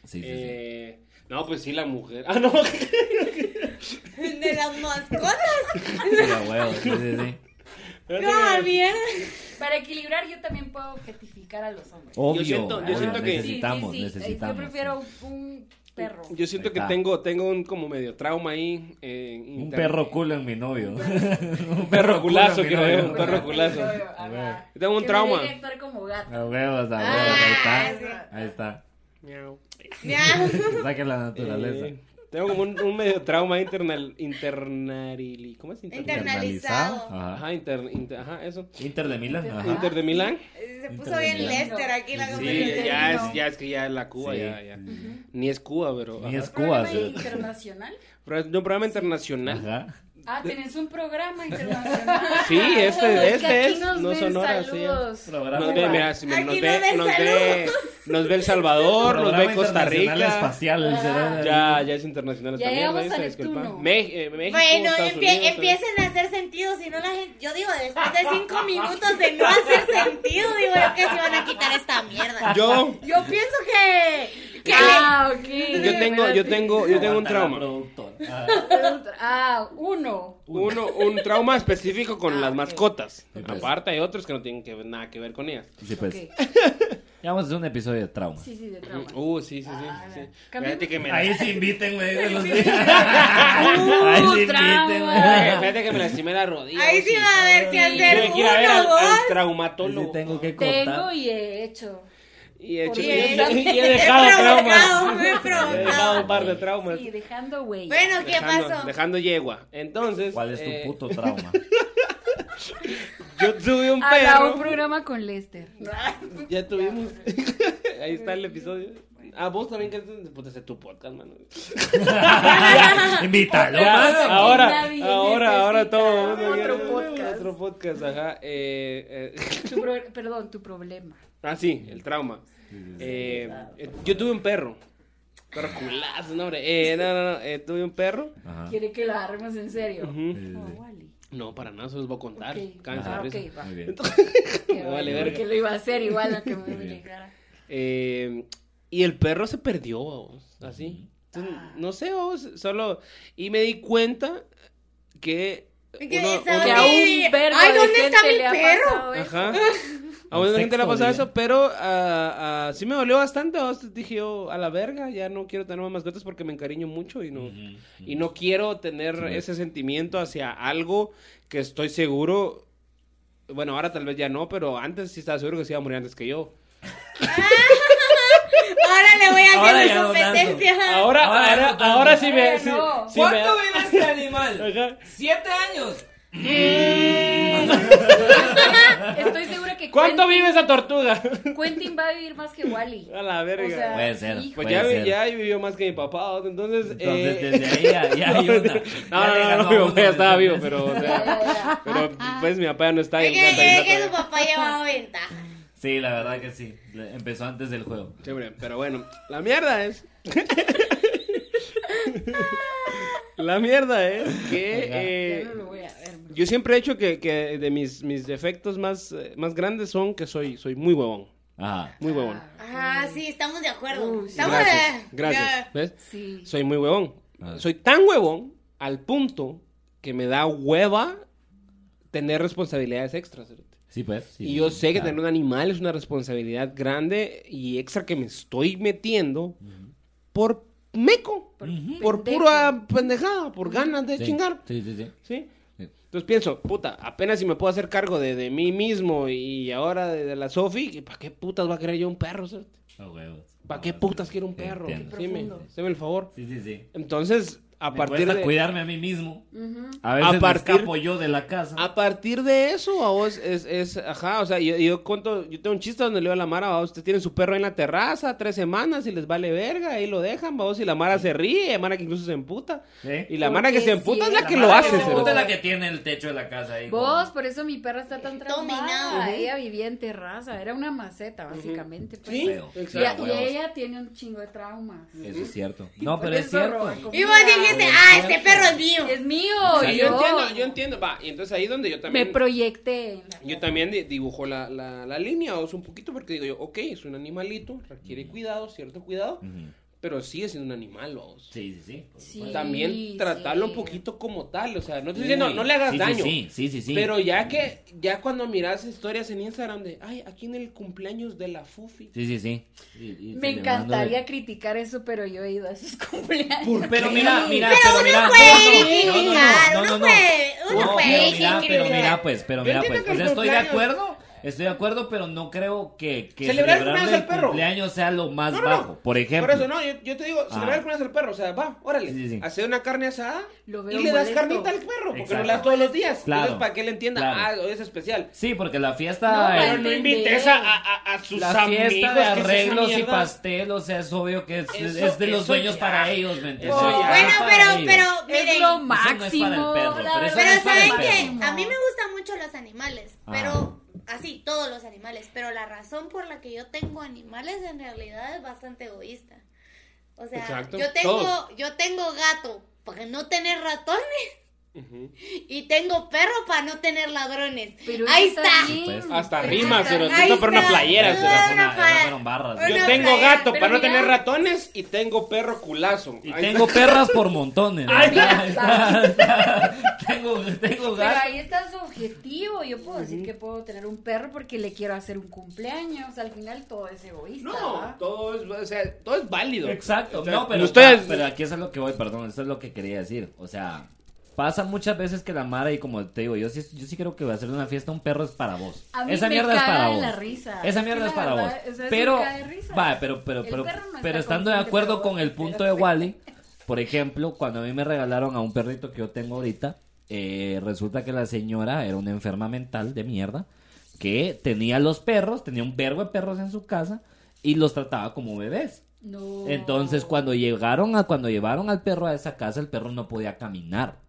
S3: Sí, sí, sí.
S2: Eh, no, pues sí, la mujer. [laughs] Ah, no.
S4: De las mascotas.
S3: Sí, a huevo, sí, sí, sí.
S4: No, bien.
S1: Para equilibrar, yo también puedo objetificar a los hombres.
S3: Obvio.
S2: siento- yo
S3: ah,
S2: siento que-
S3: necesitamos,
S1: Sí, sí, sí.
S3: necesitamos.
S1: Yo prefiero un perro.
S2: Yo siento
S3: Ahí
S2: que
S3: está.
S2: tengo, tengo un como medio trauma ahí. eh,
S3: un
S2: inter-
S3: perro culo en mi novio. [laughs] un
S2: perro culazo,
S3: en mi
S2: quiero ver,
S3: novio.
S2: un
S3: [laughs]
S2: perro culazo.
S1: Ajá.
S3: Ajá.
S2: Tengo un
S1: Que me
S2: trauma.
S1: deje actuar como gato.
S3: A huevos, a huevos,
S4: Ah,
S3: ahí está. Ahí está.
S2: Miau.
S4: Ya.
S3: Que saque la naturaleza.
S2: Eh, tengo como un, un medio trauma internal, internarili, ¿cómo es internal?
S4: Interna- Internalizado.
S3: Ajá.
S2: Ajá, inter- inter- ajá, eso.
S3: Inter de Milán. Ajá.
S2: Inter de Milán.
S4: Se puso bien Lester aquí la
S3: Sí,
S2: Sí,
S4: conversación.
S2: ya
S1: Interino.
S2: es, ya es que ya es la Cuba,
S3: Sí.
S2: ya, ya. Ni es Cuba, pero.
S3: Ni
S2: ajá.
S3: es Cuba.
S1: Problema
S3: sí.
S1: internacional.
S2: Pero es un programa internacional.
S3: Ajá.
S1: Ah, tenés un
S2: [laughs]
S1: programa internacional.
S2: Sí,
S1: Pues
S2: este,
S4: Es que
S2: este
S4: aquí
S2: es.
S4: nos
S2: No
S4: ven
S2: sonora, sí.
S4: saludos.
S3: Programa,
S2: Nos ve, mira, si me-
S4: Aquí
S2: nos
S4: no
S2: ve,
S4: ven
S2: nos ve, nos ve El Salvador, nos ve
S3: programa
S2: Costa
S3: internacional
S2: Rica.
S3: espacial. será-
S2: Ya, ya es internacional
S1: Ya
S2: esta mierda,
S1: llegamos a
S2: esa, disculpa.
S1: Neptuno.
S2: Me- eh, México,
S4: Bueno,
S2: Estados
S4: empie-
S2: Unidos,
S4: empiecen a hacer sentido, si no la gente, yo digo, después de cinco minutos de no hacer sentido, digo, es que se van a quitar esta mierda.
S2: Yo,
S4: Yo pienso que, que
S1: ah, ok.
S2: yo tengo, yo tengo, yo tengo un
S3: Aguanta la
S2: trauma.
S3: productora.
S1: Ah, uno.
S2: Uno, un trauma específico con
S1: Ah,
S2: las
S1: ok.
S2: mascotas.
S3: Sí, pues.
S2: Aparte hay otros que no tienen que ver- nada que ver con ellas.
S3: Sí, pues.
S1: Ok.
S3: Ya vamos a hacer un episodio de trauma.
S1: Sí, sí, de trauma.
S2: Uh, sí, sí, sí.
S1: Ah,
S2: sí.
S1: cambiemos.
S2: Fíjate que me
S3: Ahí sí invítenme. de los-
S2: [laughs]
S3: Ahí sí
S1: Uh,
S3: invítenme.
S1: trauma.
S3: Ah,
S2: Fíjate que me lastimé la rodilla.
S4: ahí sí va a ver si hacer
S2: Tuve que ir a ver al,
S4: uno,
S2: al
S4: dos.
S2: traumatólogo.
S3: Sí tengo que
S1: Tengo
S3: contar.
S1: y he hecho.
S2: Y he, hecho-
S1: Por
S2: y he-
S1: diez.
S2: [laughs] y he
S4: Me he
S2: dejado
S4: provocado,
S2: traumas.
S4: me he
S2: [laughs] He
S4: provocado.
S2: dejado un par de traumas.
S1: Sí, dejando güey.
S4: Bueno, ¿qué
S2: Dejando-
S4: pasó?
S2: Dejando yegua. Entonces.
S3: ¿Cuál es
S2: eh,
S3: tu puto
S2: [laughs]
S3: trauma?
S2: Yo tuve
S1: [laughs]
S2: un
S1: Haga un
S2: perro.
S1: programa con Lester.
S2: Ya tuvimos. [laughs] Ahí está el episodio. Ah, vos también que puta ese es tu podcast, mano.
S3: Invítalo.
S1: Otra
S3: mano.
S1: cosa que
S2: ahora,
S1: nadie
S2: ahora, ahora
S1: necesita.
S2: todo.
S1: Otro podcast.
S2: Otro podcast, ajá. Eh, eh, [laughs]
S1: Tu pro- Perdón, tu problema.
S2: Ah, sí, el trauma. Eh, eh, yo tuve un perro. Perro culazo, no, hombre. Eh, no, no, no. eh, tuve un perro.
S3: Ajá.
S1: ¿Quiere que la armemos en serio?
S2: Ujú.
S3: Sí, sí,
S1: No,
S3: sí.
S1: vale.
S2: No, para nada, se los voy a contar.
S1: Ok.
S2: Cállense
S1: Ah,
S2: la
S1: ok,
S2: risa.
S1: va.
S3: Muy bien.
S1: Que
S2: vale
S1: vale,
S2: verga.
S1: porque lo iba a hacer igual a que me
S3: bien.
S1: dejara.
S2: Eh, y el perro se perdió, vamos, así. Entonces,
S3: Ah.
S2: no sé, vamos, solo... Y me di cuenta que...
S4: Que
S2: uno-
S4: estaba
S1: Que
S2: uno-
S1: a
S4: Sí.
S1: un verbo
S4: Ay,
S1: de
S4: ¿dónde está
S1: gente
S4: mi
S1: le ha
S4: perro?
S1: pasado
S3: Pues.
S1: eso.
S3: [laughs]
S2: Ajá. A
S3: Un
S2: una gente le ha
S3: sexto
S2: pasado
S3: día.
S2: eso, pero ah, ah, sí me dolió bastante. vamos, Dije yo, a la verga, ya no quiero tener más mascotas porque me encariño mucho y no...
S3: Ujú.
S2: Y no quiero tener
S3: Sí, pues.
S2: ese sentimiento hacia algo que estoy seguro. Bueno, ahora tal vez ya no, pero antes sí estaba seguro que se iba a morir antes que yo.
S4: Ahora le voy a
S3: Ahora
S4: hacer
S3: ya
S4: la
S3: no tanto.
S4: competencia.
S2: Ahora,
S3: Ahora
S2: ahora,
S3: Ah, no,
S2: ahora, sí me.
S1: ahora
S2: Sí,
S1: no.
S2: sí me-
S3: ¿Cuánto vive este animal?
S2: Ajá.
S3: ¿Siete años?
S1: Estoy segura que
S2: ¿Cuánto
S1: Quentin,
S2: vive esa tortuga?
S1: Quentin va a vivir más que Wally.
S2: A la verga.
S1: O sea,
S3: Puede ser,
S1: hijo.
S2: pues
S3: puede
S2: ya, vi-
S3: ser.
S2: ya vivió más que mi papá, entonces.
S3: Entonces,
S2: eh,
S3: desde ahí ya, ya hay una.
S2: [laughs] No,
S3: Ya le
S2: no, no,
S3: ganó
S2: no, mi
S3: uno,
S2: papá ya estaba
S3: ¿me
S2: vivo, pero.
S3: entiendes?
S2: o
S1: Ya,
S2: sea,
S1: ya, ya.
S2: pero pues mi papá ya no está y
S4: Es
S2: el
S4: que,
S2: gato ahí
S4: es
S2: está
S4: que su
S2: todavía.
S4: papá llevaba ventaja.
S3: Sí, la verdad que sí. Le- Empezó antes del juego.
S2: Chévere, pero bueno, la mierda es. [laughs] la mierda es que.
S3: Ajá.
S2: eh,
S1: Ya no lo voy a ver. bro.
S2: yo siempre he hecho que, que de mis, mis defectos más, eh, más grandes son que soy, soy muy huevón.
S3: Ajá.
S2: Muy huevón.
S4: Ah, sí, estamos de acuerdo.
S1: Uh, Mm. sí.
S4: Estamos
S2: Gracias.
S4: de-
S2: Gracias. ¿Ves?
S1: Sí.
S2: Soy muy huevón.
S3: Ah.
S2: Soy tan huevón al punto que me da hueva tener responsabilidades extras. cerote.
S3: Sí, pues. sí,
S2: y yo sé que
S3: claro.
S2: tener un animal es una responsabilidad grande y extra que me estoy metiendo por meco, por,
S1: pendejo.
S2: pura pendejada, por ganas de
S3: Sí,
S2: chingar.
S3: Sí, sí, sí.
S2: ¿sí?
S3: Sí.
S2: Entonces pienso, puta, apenas si me puedo hacer cargo de, de mí mismo y ahora de, de la Sofi, ¿para qué putas va a querer yo un perro? cerote?
S3: A huevos.
S2: ¿Para qué
S3: Ah, Sí,
S2: putas quiero un perro?
S3: entiendo.
S2: Sí, me,
S1: Profundo.
S2: deme el favor.
S3: Sí, sí, sí.
S2: Entonces, a
S3: Me
S2: partir
S3: cuesta
S2: de...
S3: cuidarme a mí mismo.
S1: Ujú.
S3: A veces me
S2: partir-
S3: escapo yo de la casa.
S2: A partir de eso, a vos es, es ajá, o sea, yo, yo cuento, yo tengo un chiste donde le digo a la Mara, va, ustedes tienen su perro en la terraza, tres semanas, y les vale verga, ahí lo dejan, va, vos, y la Mara se ríe, la Mara que incluso se emputa.
S3: Sí.
S2: Y la
S1: Porque
S2: Mara que se
S1: sí,
S2: emputa es la,
S1: la
S2: que
S1: Mara
S2: lo
S1: que
S2: hace,
S1: se
S2: cerote.
S1: emputa
S3: es la que tiene el techo de la casa ahí.
S1: Vos, por eso mi perra está
S4: Eh,
S1: tan traumada.
S4: Dominada.
S1: Ella vivía en terraza, era una maceta básicamente. pues.
S2: Sí,
S3: Feo.
S1: Y, a-
S2: exacto.
S1: y ella tiene un chingo de traumas.
S3: Eso es cierto. No,
S1: Por
S3: pero es
S1: eso
S3: cierto.
S1: roba comida.
S4: Y vos dijiste, ah, este perro es mío.
S1: Es mío.
S2: O sea,
S1: y
S2: yo entiendo, yo entiendo, va, y entonces ahí donde yo
S1: Me
S2: también...
S1: proyecté. en la-
S2: Yo también di- dibujo la, la, la línea, o sea, un poquito, porque digo yo, ok, es un animalito, requiere cuidado, cierto cuidado,
S3: Ujú.
S2: pero sigue siendo un animal, vamos.
S3: Sí, sí, sí. por
S1: Sí.
S3: supuesto.
S2: Pues También tratarlo
S1: sí.
S2: un poquito como tal, o sea, no estoy diciendo, no le hagas
S3: Sí, sí,
S2: daño.
S3: Sí, sí, sí, sí.
S2: Pero ya que, ya cuando miras historias en Instagram de, ay, aquí en el cumpleaños de la Fufi.
S3: Sí, sí, sí. Y- y
S1: Me
S3: celebrando
S1: encantaría
S3: de-
S1: criticar eso, pero yo he ido a sus [laughs] cumpleaños.
S3: Pero mira, mira,
S4: Pero
S3: pero mira.
S4: uno
S3: no,
S4: puede
S3: no, no, no,
S4: criticar,
S3: no,
S4: uno
S3: no, no.
S4: puede, uno
S3: No,
S4: puede
S3: pero mira, pero
S4: criticar.
S3: mira, pues, pero
S2: Yo
S3: mira,
S2: entiendo
S3: pues,
S2: que
S3: pues
S2: el
S3: estoy de
S2: cumpleaños-
S3: acuerdo Estoy de acuerdo, pero no creo que, que
S2: Celebrar el cumpleaños
S3: el
S2: al perro.
S3: cumpleaños sea lo más
S2: No, no, no.
S3: bajo. Por ejemplo.
S2: Por eso, no, yo, yo te digo, celebrar
S3: Ah.
S2: el cumpleaños del perro, o sea, va, órale,
S3: Sí, sí, sí.
S2: hace una carne asada
S1: Lo veo
S2: y le das
S1: molesto.
S2: carnita al perro, porque no
S3: Exacto.
S2: le das todos los días.
S3: Claro.
S2: Entonces, para que él entienda,
S3: Claro.
S2: ah, hoy es especial.
S3: Sí, porque la
S1: No,
S3: fiesta.
S1: Ay,
S2: Pero
S3: eh,
S2: no
S1: entender.
S2: invites a, a, a- a sus
S3: la
S2: amigos.
S3: fiesta
S2: que
S3: de
S2: es esa
S3: arreglos y
S2: mierda.
S3: pastel, o sea, es obvio que es,
S2: Eso-
S3: es de los
S2: eso
S3: sueños
S2: ya.
S3: para ellos, ¿me entiendes?
S2: Eso ya.
S3: Es
S4: Bueno,
S3: para
S4: pero,
S3: ellos.
S4: pero,
S1: Es
S4: miren.
S1: lo
S3: no es para el
S1: máximo.
S3: perro, pero
S1: la
S3: eso no
S1: verdad.
S3: es
S4: Pero
S3: para el
S4: saben
S3: perro.
S4: que a mí me gustan mucho los animales,
S3: Ah.
S4: pero así, todos los animales, pero la razón por la que yo tengo animales en realidad es bastante egoísta. O sea,
S2: Exacto,
S4: yo tengo
S2: todos.
S4: yo tengo gato para no tener ratones
S2: Ujú.
S4: y tengo perro para no tener ladrones.
S1: Pero eso
S4: Ahí está.
S1: bien.
S3: Pues,
S2: Hasta
S1: Pero
S2: rima,
S1: está-
S2: se nos
S1: Ay,
S4: Ahí
S2: gusta por una
S4: está.
S2: playera.
S4: Ah,
S2: se la-
S3: Esas fueron-
S4: una
S3: esas
S4: pa-
S3: fueron barras.
S4: una
S2: Yo
S3: Yo-
S2: tengo
S4: playera.
S2: gato
S1: Pero
S2: para no
S1: mira.
S2: tener ratones y tengo perro culazo.
S3: Y
S2: Ahí
S3: tengo perras por montones. ¿no?
S2: Ay,
S3: [laughs] tengo, tengo
S1: Pero
S3: gatos.
S1: ahí está su objetivo. Yo puedo decir que puedo tener un perro porque le quiero hacer un cumpleaños. Al final todo es egoísta.
S2: No,
S1: ¿va?
S2: todo es, o sea, todo es válido.
S3: Exacto,
S2: O sea,
S3: no, pero,
S2: no estoy-
S3: pero aquí es a lo que voy, perdón, eso es lo que quería decir. O sea, pasa muchas veces que la Mara, y como te digo, yo sí, yo sí creo que va a ser una fiesta, un perro es para vos.
S1: A mí
S3: Esa
S1: me
S3: mierda es
S1: caga
S3: para
S1: de
S3: vos.
S1: la risa.
S3: Esa
S1: Es que
S3: mierda
S1: la
S3: es para
S1: verdad,
S3: vos.
S1: o sea, sí
S3: pero,
S1: me caga de risa.
S3: va, pero, pero,
S1: El
S3: pero,
S1: perro no está
S3: pero estando de
S1: consciente,
S3: acuerdo
S1: pero
S3: con
S1: vos
S3: el
S1: sí
S3: punto
S1: te
S3: de
S1: das cuenta.
S3: Wally, por ejemplo, cuando a mí me regalaron a un perrito que yo tengo ahorita, eh, resulta que la señora era una enferma mental de mierda que tenía los perros, tenía un verbo de perros en su casa y los trataba como bebés.
S1: No.
S3: Entonces, cuando llegaron a cuando llevaron al perro a esa casa, el perro no podía caminar.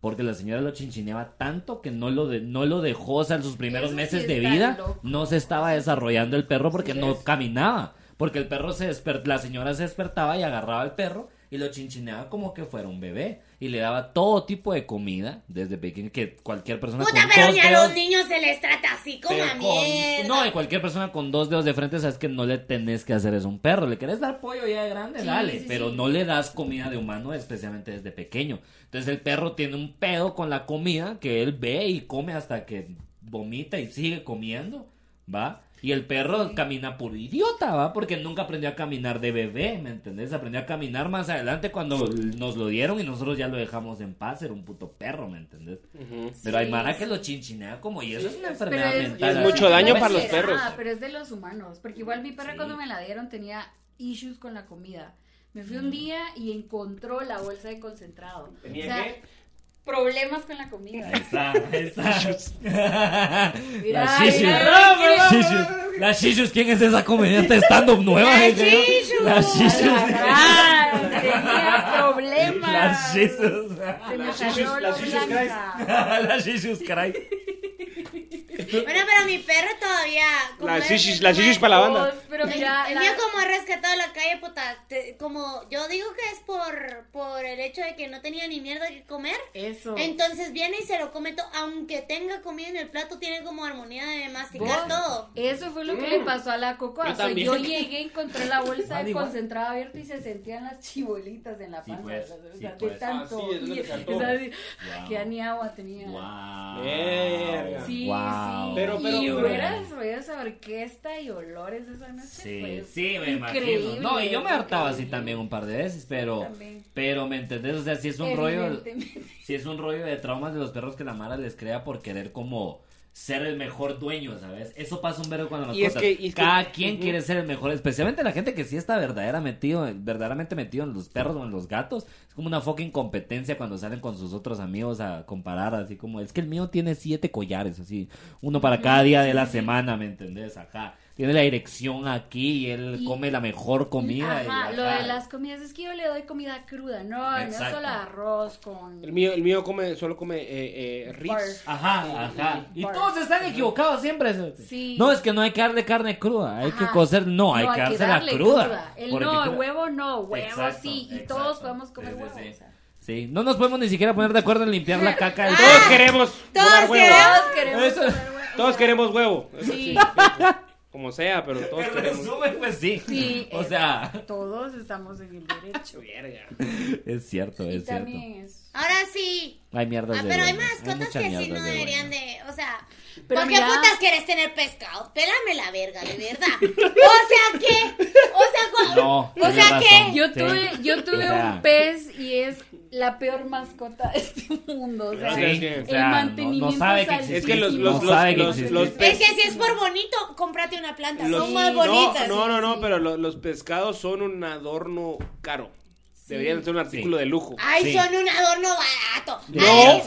S3: Porque la señora lo chinchineaba tanto que no lo, de- no lo dejó, o sea, en sus primeros
S1: Eso sí
S3: meses de
S1: está
S3: vida
S1: loco.
S3: no se estaba desarrollando el perro porque no caminaba. Porque el perro se desper- la señora se despertaba y agarraba al perro y lo chinchineaba como que fuera un bebé. Y le daba todo tipo de comida, desde pequeño, que cualquier persona
S4: Puta,
S3: con
S4: pero
S3: dos
S4: ni a los
S3: dedos-
S4: niños se les trata así como a
S3: pero con-
S4: mierda.
S3: No, y cualquier persona con dos dedos de frente sabes que no le tenés que hacer eso a un perro. Le querés dar pollo ya de grande,
S1: Sí,
S3: dale.
S1: sí,
S3: pero
S1: sí.
S3: no le das comida de humano, especialmente desde pequeño. Entonces el perro tiene un pedo con la comida que él ve y come hasta que vomita y sigue comiendo, ¿va? Y el perro camina por idiota, ¿va? Porque nunca aprendió a caminar de bebé, ¿me entendés? Aprendió a caminar más adelante cuando nos lo dieron y nosotros ya lo dejamos en paz. Era un puto perro, ¿me entendés?
S2: Ujú.
S3: Pero hay
S1: Sí,
S3: mara que lo chinchinea como y eso es una
S1: Pero
S3: enfermedad mental.
S2: es
S3: así.
S2: mucho daño
S1: no
S2: para los
S1: será,
S2: perros.
S1: Ah, Pero es de los humanos. Porque igual mi perra
S3: Sí.
S1: cuando me la dieron tenía issues con la comida. Me fui un día y encontró la bolsa de concentrado.
S2: ¿Tenía
S1: o sea,
S2: qué?
S1: problemas con la comida. [laughs]
S3: Ahí está, ahí está.
S1: Mira,
S3: la Shishus.
S1: mira, mira, mira.
S3: Shishus. La Shishus, ¿quién es esa comediante stand-up nueva?
S4: La
S3: gente?
S4: Shishus.
S3: La Shishus.
S1: Ah, tenía problemas.
S3: La Shishus. [laughs]
S1: Se me
S2: Las
S1: salió
S2: issues-
S1: lo
S2: las issues
S1: blanca.
S3: La Shishus, caray.
S4: Bueno, pero mi perro todavía. como
S2: Las
S4: es
S2: shishis,
S4: un
S2: las shishis
S4: animal-
S2: para la banda.
S1: Dios, Pero
S4: El-
S1: mira,
S4: el
S1: la-
S4: mío como ha rescatado la calle, puta, te- como yo digo que es por, por el hecho de que no tenía ni mierda que comer,
S1: eso.
S4: entonces viene y se lo come todo, aunque tenga comida en el plato, tiene como armonía de masticar
S1: ¿Vos?
S4: todo.
S1: Eso fue lo que le pasó a la Coco.
S2: Yo
S1: O sea,
S2: también.
S1: yo llegué, encontré la bolsa
S3: Igual,
S1: de
S3: igual.
S1: concentrado abierta y se sentían las chibolitas en la
S3: Sí,
S1: panza.
S3: pues,
S1: o
S3: sí,
S1: sea, de
S3: pues.
S1: tanto.
S2: Ah, sí, es lo que
S1: y- [laughs]
S2: saltó.
S1: es así,
S3: Wow.
S1: que ni agua tenía.
S3: Wow.
S2: Verga.
S1: Sí, sí.
S2: Pero- pero-
S1: y
S2: pero-
S1: hubieras oído esa orquesta y olores esa noche.
S3: Sí,
S1: pues,
S3: sí, me imagino.
S1: increíble.
S3: No, y yo me hartaba así también un par de veces, pero,
S1: También.
S3: pero me entendés, o sea, si es un rollo,
S1: Evidentemente.
S3: si es un rollo de traumas de los perros que la Mara les crea por querer como ser el mejor dueño, ¿sabes? Eso pasa un verbo cuando las
S2: Y es
S3: cosas.
S2: que- y es que-
S3: Cada quien
S2: Ujú.
S3: quiere ser el mejor, especialmente la gente que sí está verdadera metido, verdaderamente metido en los perros o en los gatos. Es como una fucking competencia cuando salen con sus otros amigos a comparar, así como, es que el mío tiene siete collares, así, uno para cada día de la semana, ¿me entendés? Ajá. Tiene la dirección aquí y él
S1: Y-
S3: come la mejor comida. y
S1: Ajá, lo
S3: ajá.
S1: de las comidas es que yo le doy comida cruda, no, no
S3: Exacto.
S1: solo arroz con...
S2: El mío, el mío come, solo come eh, eh, Ritz.
S3: Ah.
S1: Barf.
S3: Ajá, ajá. Y
S1: Bar.
S3: todos están equivocados siempre.
S1: Sí.
S3: No, es que no hay que darle carne cruda. Hay que
S1: Ajá.
S3: cocer. No, hay que dársela
S1: darle
S3: cruda.
S1: El
S3: Porque
S1: no,
S3: cruda-
S1: huevo no, huevo
S3: Exacto,
S1: sí, y
S3: exacto.
S1: todos podemos comer
S3: Sí, sí,
S1: huevo.
S3: sí.
S1: o sea.
S3: Sí, no nos podemos ni siquiera poner de acuerdo en limpiar
S1: [laughs]
S3: la caca
S1: Ah.
S3: del
S2: Todos queremos
S4: Todos
S2: donar huevo.
S4: queremos-
S1: Todos queremos
S3: Eso-
S1: comer huevo. o
S2: Todos
S1: sea,
S2: queremos huevo. Eso
S1: Sí.
S2: sí, Como sea, pero todos
S3: En
S2: queremos.
S3: resumen, pues sí.
S1: Sí,
S3: [laughs] o
S1: es-
S3: sea,
S1: Todos estamos en el derecho.
S2: Verga.
S3: es cierto,
S1: y
S3: Pues, es cierto.
S1: también es...
S4: Ahora sí.
S3: Hay mierdas
S4: Ah,
S3: de
S4: pero hay
S3: dueños,
S4: mascotas
S3: mucha
S4: que sí
S3: mierda
S4: no
S3: de
S4: deberían
S3: dueños.
S4: de, o sea,
S1: Pero
S4: ¿por qué
S1: mira-
S4: putas quieres tener pescado? Pélame la verga, de verdad. [laughs] O sea que, o sea, cua-
S3: No,
S4: o
S3: tienes
S4: sea que,
S3: razón.
S1: Yo
S3: Sí.
S1: tuve, yo tuve
S3: O sea.
S1: un pez y es la peor mascota de este mundo. O sea,
S2: Sí,
S1: el-
S2: es que, o
S1: el
S3: sea, no- no
S1: mantenimiento
S3: sabe
S1: es
S3: que existe.
S2: Es que los,
S1: altísimo.
S2: los,
S3: No
S2: los,
S3: sabe que
S2: los,
S3: existe.
S2: los
S4: Es
S2: pes-
S4: que si es por bonito, cómprate una planta.
S2: los-
S4: Son más
S1: no,
S4: bonitas.
S2: No, no, no,
S1: sí.
S2: pero lo- los pescados son un adorno caro. Deberían ser un artículo
S3: Sí.
S2: de lujo.
S4: Ay,
S3: Sí.
S4: son un adorno barato.
S3: No,
S4: Ay,
S3: no,
S4: has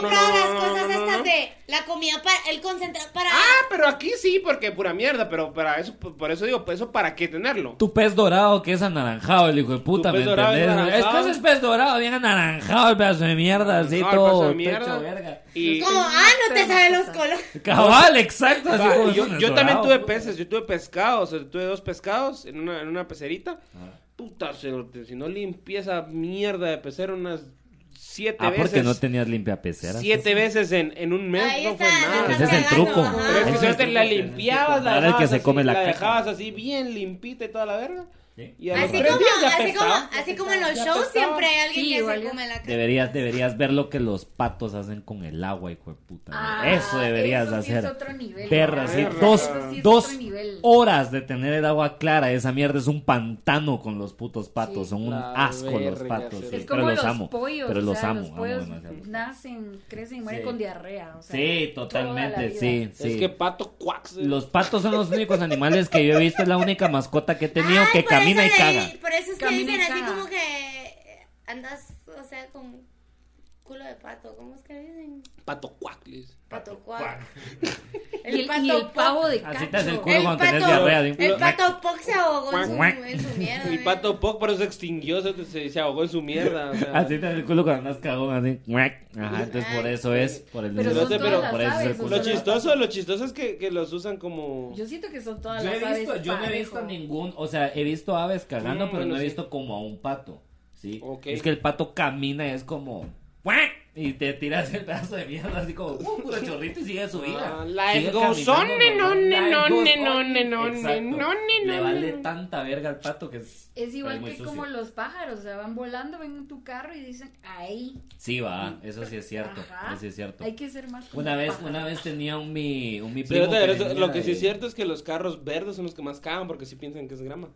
S4: comprado
S2: no,
S4: las
S2: no,
S4: cosas
S2: no, no,
S4: estas
S2: no.
S4: de la comida para el concentrado para.
S2: Ah, pero aquí sí, porque pura mierda, pero para eso, por eso digo, pues eso para qué tenerlo.
S3: Tu pez dorado que es anaranjado, el hijo de puta,
S2: Tu
S3: ¿me
S2: pez dorado es
S3: entendés? Es
S2: anaranjado.
S3: que ese es pez dorado, bien anaranjado, el pedazo de mierda, así
S2: No, el
S3: todo.
S2: paso de
S3: todo
S2: mierda.
S3: hecho verga.
S2: Y,
S4: como, ah, no te
S1: Sí.
S4: saben los colores.
S3: Cabal, exacto. así
S2: Va,
S3: como
S2: yo,
S3: es
S2: yo
S3: dorado.
S2: también tuve peces, yo tuve pescados, o sea, tuve dos pescados en una, en una pecerita. Puta, se lo- si no limpié esa mierda de pecera unas siete
S3: Ah, porque
S2: veces.
S3: no tenías limpia pecera.
S2: siete veces en, en un mes,
S4: Ahí
S2: no
S4: está, la
S2: fue nada.
S3: Ese es el
S4: Cagando,
S3: truco.
S4: ajá.
S2: Pero es que
S3: Ese
S2: si
S3: el
S2: no te la
S3: truco,
S2: limpiabas, la
S3: Era el
S2: dejabas,
S3: que se
S2: así,
S3: come la
S2: la
S3: caca.
S2: dejabas así bien limpita y toda la verga.
S3: Sí.
S2: Y a los
S4: Así
S2: tres
S4: como,
S2: días ya
S4: así como,
S2: apestaba.
S4: así como en los
S2: Ya
S4: shows
S2: apestaba.
S4: siempre hay alguien
S1: Sí,
S4: que
S1: igual
S4: se
S1: yo.
S4: come la cara.
S3: Deberías, deberías ver lo que los patos hacen con el agua, hijo de puta.
S1: Ah,
S3: eso deberías
S1: eso sí
S3: hacer.
S1: es otro nivel.
S3: Perra, sí,
S2: Perra.
S3: dos,
S2: Eso
S1: sí es
S3: dos
S1: otro nivel.
S3: horas de tener el agua clara. Esa mierda es un pantano con los putos patos.
S1: Sí.
S3: Son un
S2: La
S3: asco los
S2: verga,
S3: patos.
S2: sí.
S3: sí,
S1: Es
S3: pero
S1: como
S3: los,
S1: los,
S3: amo.
S1: pollos.
S3: pero
S1: o
S3: los
S1: sea,
S3: amo.
S1: Los
S3: amo
S1: pollos
S3: demasiado.
S1: nacen, crecen y mueren
S3: Sí.
S1: con diarrea. o sea,
S3: sí,
S1: toda la
S3: totalmente.
S1: vida.
S3: Sí, sí.
S2: Es que pato cuax.
S3: Los patos son los únicos animales que yo he visto. Es la única mascota que he tenido
S4: Ay,
S3: que
S4: por eso
S3: camina y
S4: leí-
S3: caga.
S4: Por eso es que
S1: Camina y
S4: dicen así
S1: caga.
S4: como que eh, andas, o sea, con culo de pato. ¿Cómo es que dicen?
S2: Pato cuac. les.
S4: Pato [laughs] cuac.
S1: Y el, y el pavo de
S3: Así te hace el
S1: cacho.
S3: culo cuando tenés
S4: pato-
S3: diarrea. así.
S4: El pato Poc se ahogó en su,
S3: Cuac.
S4: en su mierda.
S2: Y
S4: ¿eh?
S2: pato poc, por eso se extinguió, se, se- se ahogó en su mierda. o sea.
S3: [laughs] Así te hace el culo cuando andas cagón, así. muac. Ajá, entonces por eso es. Por el
S1: Pero
S2: son todas las
S3: por eso es el
S1: aves,
S3: culo.
S2: Lo
S1: Solo
S2: chistoso, lo chistoso es que, que los usan como...
S1: Yo siento que son todas
S3: Yo
S1: las
S3: he
S1: aves
S3: visto, yo no he
S1: parejo.
S3: visto ningún, o sea, he visto aves cagando,
S2: Mm,
S3: pero
S2: bueno,
S3: no he
S2: sí.
S3: visto como a un pato, ¿sí?
S2: Ok.
S3: Es que el pato camina y es como ¡guac! y te tiras el pedazo de mierda así como ¡uh! puro chorrito y sigue su vida.
S2: Ah, life
S3: Sigue
S2: goes
S3: caminando,
S2: on and on
S3: normal.
S2: and on
S3: Life goes
S2: and on
S3: on.
S2: and on
S3: Exacto.
S2: and on and
S3: Le
S2: on
S3: vale
S2: and on.
S3: tanta verga al pato que es
S1: Es igual
S3: muy
S1: que
S3: sucio.
S1: como los pájaros, o sea, van volando, ven en tu carro y dicen, ahí.
S3: Sí, va, eso sí es cierto,
S1: Ajá.
S3: eso sí es cierto.
S1: Hay que ser más como
S3: Una vez,
S1: pájaro.
S3: una vez tenía un mi, un mi
S2: Sí,
S3: primo
S2: ahorita-
S3: que
S2: ahorita-
S3: venía
S2: lo que sí
S3: de-
S2: es cierto es que los carros verdes son los que más cagan porque sí piensan que es grama.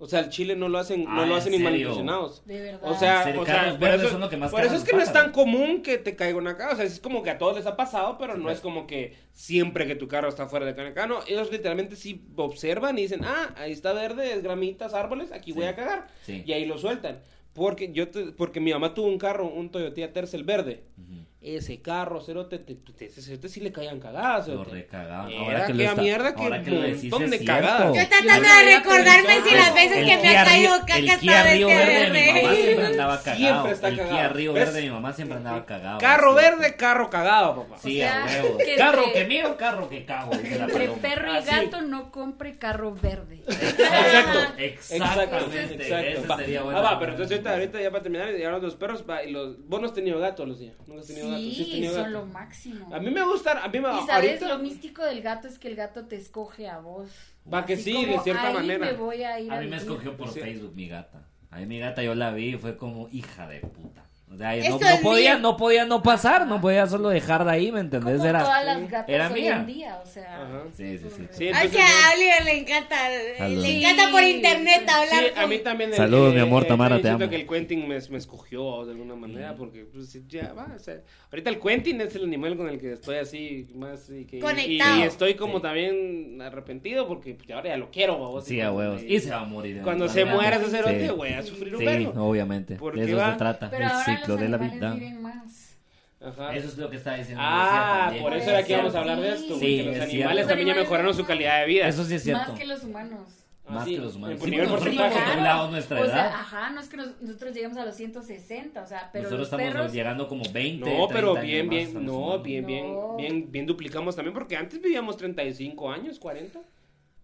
S2: O sea, el chile no lo hacen,
S3: Ah,
S2: no lo
S3: ¿en
S2: hacen ni
S3: serio?
S2: malintencionados.
S1: De verdad.
S2: O sea,
S3: Sí,
S2: o
S3: carros
S2: sea por
S3: verdes
S2: eso,
S3: son lo que más
S2: por eso
S3: cagan
S2: es que no
S3: los
S2: es tan
S3: pájaros.
S2: común que te caiga una caga. O sea, es como que a todos les ha pasado, pero no es como que siempre que tu carro está fuera de cana. caga. No, ellos literalmente sí observan y dicen, ah, ahí está verde, es gramitas, árboles, aquí voy
S3: Sí.
S2: a cagar.
S3: Sí.
S2: Y ahí lo sueltan. Porque yo te- porque mi mamá tuvo un carro, un Toyota Tercel verde.
S3: Ujú.
S2: Ese carro, cerote, te, te- te- ese cerote sí le caían cagadas.
S3: Lo
S2: cerote.
S3: recagaban.
S2: Era
S3: Ahora que lo
S2: aquella
S3: está-
S2: mierda que
S3: ahora que lo decís,
S2: montón
S3: es
S2: de
S3: cierto.
S2: cagadas.
S4: Yo tratando
S1: Yo no
S4: de
S1: había
S4: recordarme
S1: pensado.
S4: si las veces que
S1: El
S4: me ha
S3: Kia Río-
S4: caído caca
S3: el Kia
S4: estaba
S3: Río
S4: este
S3: verde de mi mamá siempre
S4: [laughs] verde.
S3: andaba cagado.
S2: Siempre está
S3: el Kia
S2: cagado.
S3: Río
S2: ¿Ves?
S3: verde de mi mamá siempre andaba cagado.
S2: Carro
S3: Sí.
S2: verde, carro cagado, papá.
S3: Sí,
S1: O sea,
S3: a huevo.
S1: que
S3: Carro
S1: entre-
S3: que miro, carro que cago. dice la
S1: Entre
S3: paloma.
S1: perro y
S2: Así.
S1: gato no compre carro verde.
S2: Exacto.
S3: Exactamente. Esa
S2: Va.
S3: sería buena.
S2: Ah, va, pero entonces ahorita, ahorita ya para terminar, y ahora los perros, va, y los... vos no has tenido gato, Lucía. Nunca has tenido gato. has
S1: Sí,
S2: tenido
S1: son
S2: gato.
S1: lo máximo.
S2: A mí me gusta, a mí me
S1: Y sabes,
S2: ahorita-
S1: lo místico del gato es que el gato te escoge a vos.
S2: Va que
S1: Así
S2: sí,
S1: como,
S2: de cierta
S1: "Ahí
S2: manera".
S1: me voy a ir
S3: A
S1: a
S3: mí me
S1: vivir".
S3: escogió por
S2: Sí.
S3: Facebook mi gata. A mí mi gata yo la vi y fue como hija de puta. O sea, no,
S4: Esto
S3: no
S4: es
S3: podía,
S4: mío.
S3: no podía no pasar, no podía solo dejarla ahí, ¿me
S1: Como
S3: entendés? Era,
S1: todas las gatas
S3: era
S1: hoy
S3: mía.
S1: en día, o sea.
S2: Ajá.
S3: Sí, sí, sí.
S2: Sí,
S4: Ay,
S2: entonces,
S4: que a Oliver le encanta. eh,
S3: Aló.
S4: Le encanta por internet hablar.
S2: Sí, a
S4: con-
S2: mí también. el-
S3: Saludos,
S2: eh,
S3: mi amor,
S2: eh,
S3: Tamara,
S2: también
S3: te
S2: siento
S3: amo.
S2: que el Quentin me, me escogió de alguna manera, porque pues, ya va. o sea, ahorita el Quentin es el animal con el que estoy así más. Y que, y-
S4: Conectado.
S2: Y, estoy como
S3: Sí.
S2: también arrepentido, porque pues, ahora ya lo quiero, babos.
S3: Sí,
S2: Y
S3: a
S2: cuando-
S3: huevos.
S2: y
S3: Y se va a morir.
S2: cuando se muera ese cerote,
S3: Sí.
S2: voy a sufrir un
S3: Sí,
S2: vergo.
S3: obviamente.
S2: Porque
S3: De eso
S2: va-
S3: se trata.
S1: Pero
S3: el
S1: ahora
S3: ciclo
S1: los
S3: de la
S1: animales
S3: vida.
S1: viven más.
S2: Ajá.
S3: Eso es lo que está diciendo. Lucía
S2: Ah,
S3: también.
S2: por eso
S1: Por
S2: era que
S1: eso,
S2: vamos a hablar de esto.
S1: Pues sí.
S2: porque
S3: Sí,
S2: los
S3: es
S2: animales
S3: cierto.
S2: también ya mejoraron su calidad de vida.
S3: Eso sí es cierto.
S1: Más que los humanos.
S3: Más
S2: Así,
S3: que los humanos.
S2: en
S3: Ah, Sí,
S2: primer
S3: porque nosotros
S2: porcentaje.
S3: hemos doblado nuestra
S1: o
S3: edad.
S1: sea, ajá, no es que nos- nosotros llegamos a los 160, o sea, pero
S3: Nosotros
S1: los
S3: estamos
S1: perros...
S3: llegando como 20.
S2: No, pero
S3: 30 años
S2: bien,
S3: más a
S2: bien,
S3: los
S2: no,
S3: humanos.
S2: bien, bien,
S1: No.
S2: bien, bien duplicamos también, porque antes vivíamos 35 años, 40.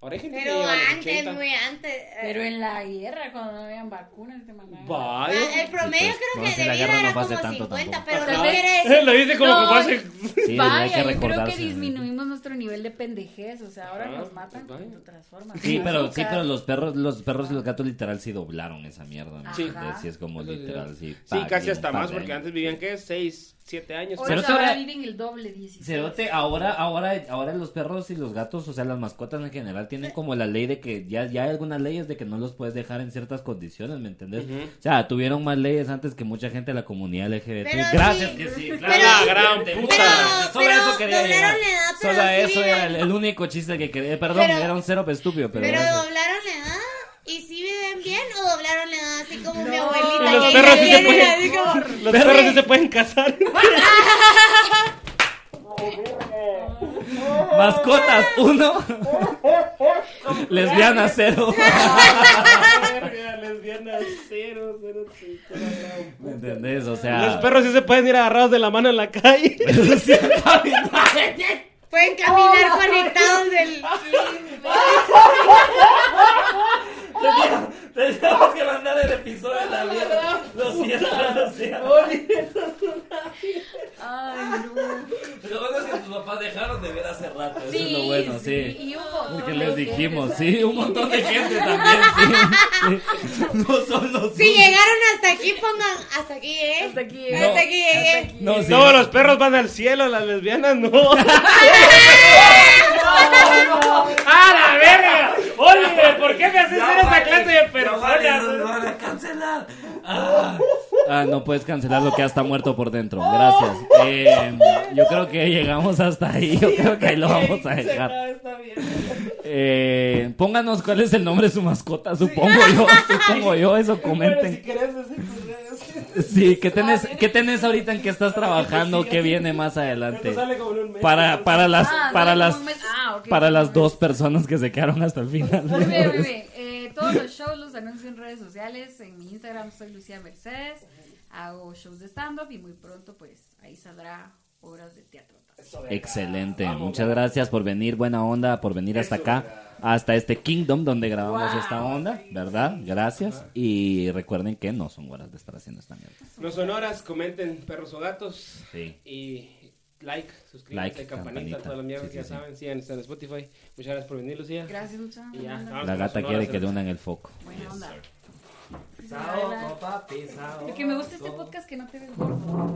S2: Ahora hay gente que
S4: Pero
S2: lleva a los
S4: antes,
S2: 80.
S4: muy antes. eh,
S1: Pero en la guerra, cuando no habían vacunas, te mandaban...
S4: ah,
S2: Vaya.
S4: el promedio
S3: Sí, pues,
S4: creo
S3: no,
S4: que
S3: si
S4: de
S3: en la
S4: vida
S3: guerra no
S4: era
S3: fue hace
S4: como
S3: tanto
S4: 50,
S3: tampoco.
S4: pero
S1: Tal [laughs]
S4: no
S1: vez-
S4: quiere decir.
S2: [laughs] Lo dice como
S1: No,
S2: que pase.
S3: Sí, hay
S1: Vaya,
S3: que
S1: yo creo que
S3: recordarse.
S1: disminuimos nuestro nivel de pendejez, o sea, ahora
S2: Ajá,
S1: nos matan
S2: pues,
S1: cuando
S2: vaya.
S1: te transformas.
S3: Sí,
S1: Con
S3: pero, sí,
S1: azúcar.
S3: pero los perros, los perros y los gatos literal sí doblaron esa mierda. ¿me
S1: Sí.
S3: entiendes? Sí, es como
S2: Eso sí,
S3: literal, sí.
S2: [laughs] Sí,
S3: pa,
S2: casi
S3: y un
S2: hasta
S3: par
S2: más,
S3: de
S2: porque
S3: años.
S2: antes vivían, ¿qué? 6, 7 años.
S1: Hoy
S3: Pero
S1: se
S3: te
S1: ahora
S3: habrá-
S1: viven el doble, 16.
S3: Cerote, ahora, ahora, ahora los perros y los gatos, o sea, las mascotas en general tienen como la ley de que ya, ya hay algunas leyes de que no los puedes dejar en ciertas condiciones, ¿me entendés?
S2: Ujú.
S3: O sea, tuvieron más leyes antes que mucha gente de la comunidad LGBT.
S4: Pero
S3: Gracias
S4: sí.
S3: que sí,
S4: Pero
S3: claro.
S4: sí.
S3: La gran
S2: Pero-
S3: puta.
S4: pero-
S3: Solo eso quería
S4: doblaron
S3: llegar.
S4: la edad, pero
S3: Solo
S4: sí
S3: eso
S4: viven-
S3: era el, el único chiste que quería. eh, Perdón,
S4: Pero-
S3: era un cero estúpido, [laughs] pero.
S4: Pero
S3: gracias.
S4: doblaron la edad y si viven bien o doblaron la edad así como mi
S1: No.
S4: abuelita.
S1: Y los
S4: que
S1: perros
S4: ella
S1: sí se
S4: tiene,
S1: pueden-
S4: así como-
S2: [laughs] Los perros sí se pueden casar.
S4: [laughs]
S3: Mascotas, uno.
S4: [laughs]
S3: Lesbiana, cero.
S2: Verga, lesbiana, cero, cero, cero, cero.
S3: ¿Me entendés? O
S2: Los
S3: [laughs] sea.
S2: perros sí se pueden ir agarrados de la mano en la calle.
S4: Pueden caminar
S1: Oh,
S4: conectados
S1: [laughs]
S4: del.
S3: Tenemos que mandar el episodio a Ah, la mierda. Lo siento, lo siento. [laughs]
S1: Ay, no.
S3: Lo bueno es que tus papás dejaron de ver hace rato. Eso es
S1: Sí,
S3: lo bueno, sí.
S1: Y un montón
S3: Porque
S1: de
S3: les
S1: gente,
S3: dijimos,
S1: o sea,
S3: sí, un montón de gente también, sí. sí. No solo
S4: Si llegaron hasta aquí, pongan. Hasta aquí, ¿eh?
S1: Hasta aquí,
S3: No.
S1: eh.
S4: Hasta aquí llegué.
S1: Hasta aquí.
S3: No, sí.
S2: Todos los perros van al cielo, las lesbianas no. ¡A la verga! Oliver, ¿por qué me haces ser esa clase de personas? ¿eh?
S3: van a cancelar.
S2: [laughs]
S3: Ah, Ah, no puedes cancelar lo que ya está muerto por dentro. Gracias. Eh, yo creo que llegamos hasta ahí. Yo creo que ahí lo vamos a dejar. Eh, pónganos cuál es el nombre de su mascota, supongo yo. Supongo yo, eso comenten. Sí, ¿qué tenés, ¿qué tenés ahorita en qué estás trabajando? ¿Qué viene más adelante? Para, para las,
S1: Ah,
S3: para
S1: sale
S3: las,
S1: como un mes. Ah, ok,
S3: para
S1: sí,
S3: las
S1: como
S3: dos personas que se quedaron hasta el
S1: [laughs] Muy bien, muy
S3: final.
S1: bien. Eh, todos los shows los anuncio en redes sociales. En mi Instagram soy Lucía Mercedes. Hago shows de stand-up y muy pronto, pues ahí saldrá obras de teatro.
S3: Excelente, muchas gracias por venir, buena onda, por venir hasta acá, hasta este Kingdom donde grabamos
S1: Wow.
S3: esta onda, ¿verdad? Gracias. Y recuerden que no son horas de estar haciendo esta mierda.
S2: No son horas, comenten perros o gatos.
S3: Sí.
S2: Y like, suscríbanse,
S3: Like,
S2: campanita,
S3: campanita.
S2: todas las mierdas
S3: Sí,
S2: que
S3: sí,
S2: ya saben. Síganos en Spotify. Muchas gracias por venir, Lucía.
S1: Gracias, muchas
S2: Y ya,
S1: gracias.
S2: vamos
S3: La
S2: con
S3: gata
S2: las
S3: quiere
S2: sonoras,
S3: que le
S2: entonces.
S3: unan el foco.
S1: Buena onda. Lo que me gusta este podcast que no te ves gordo.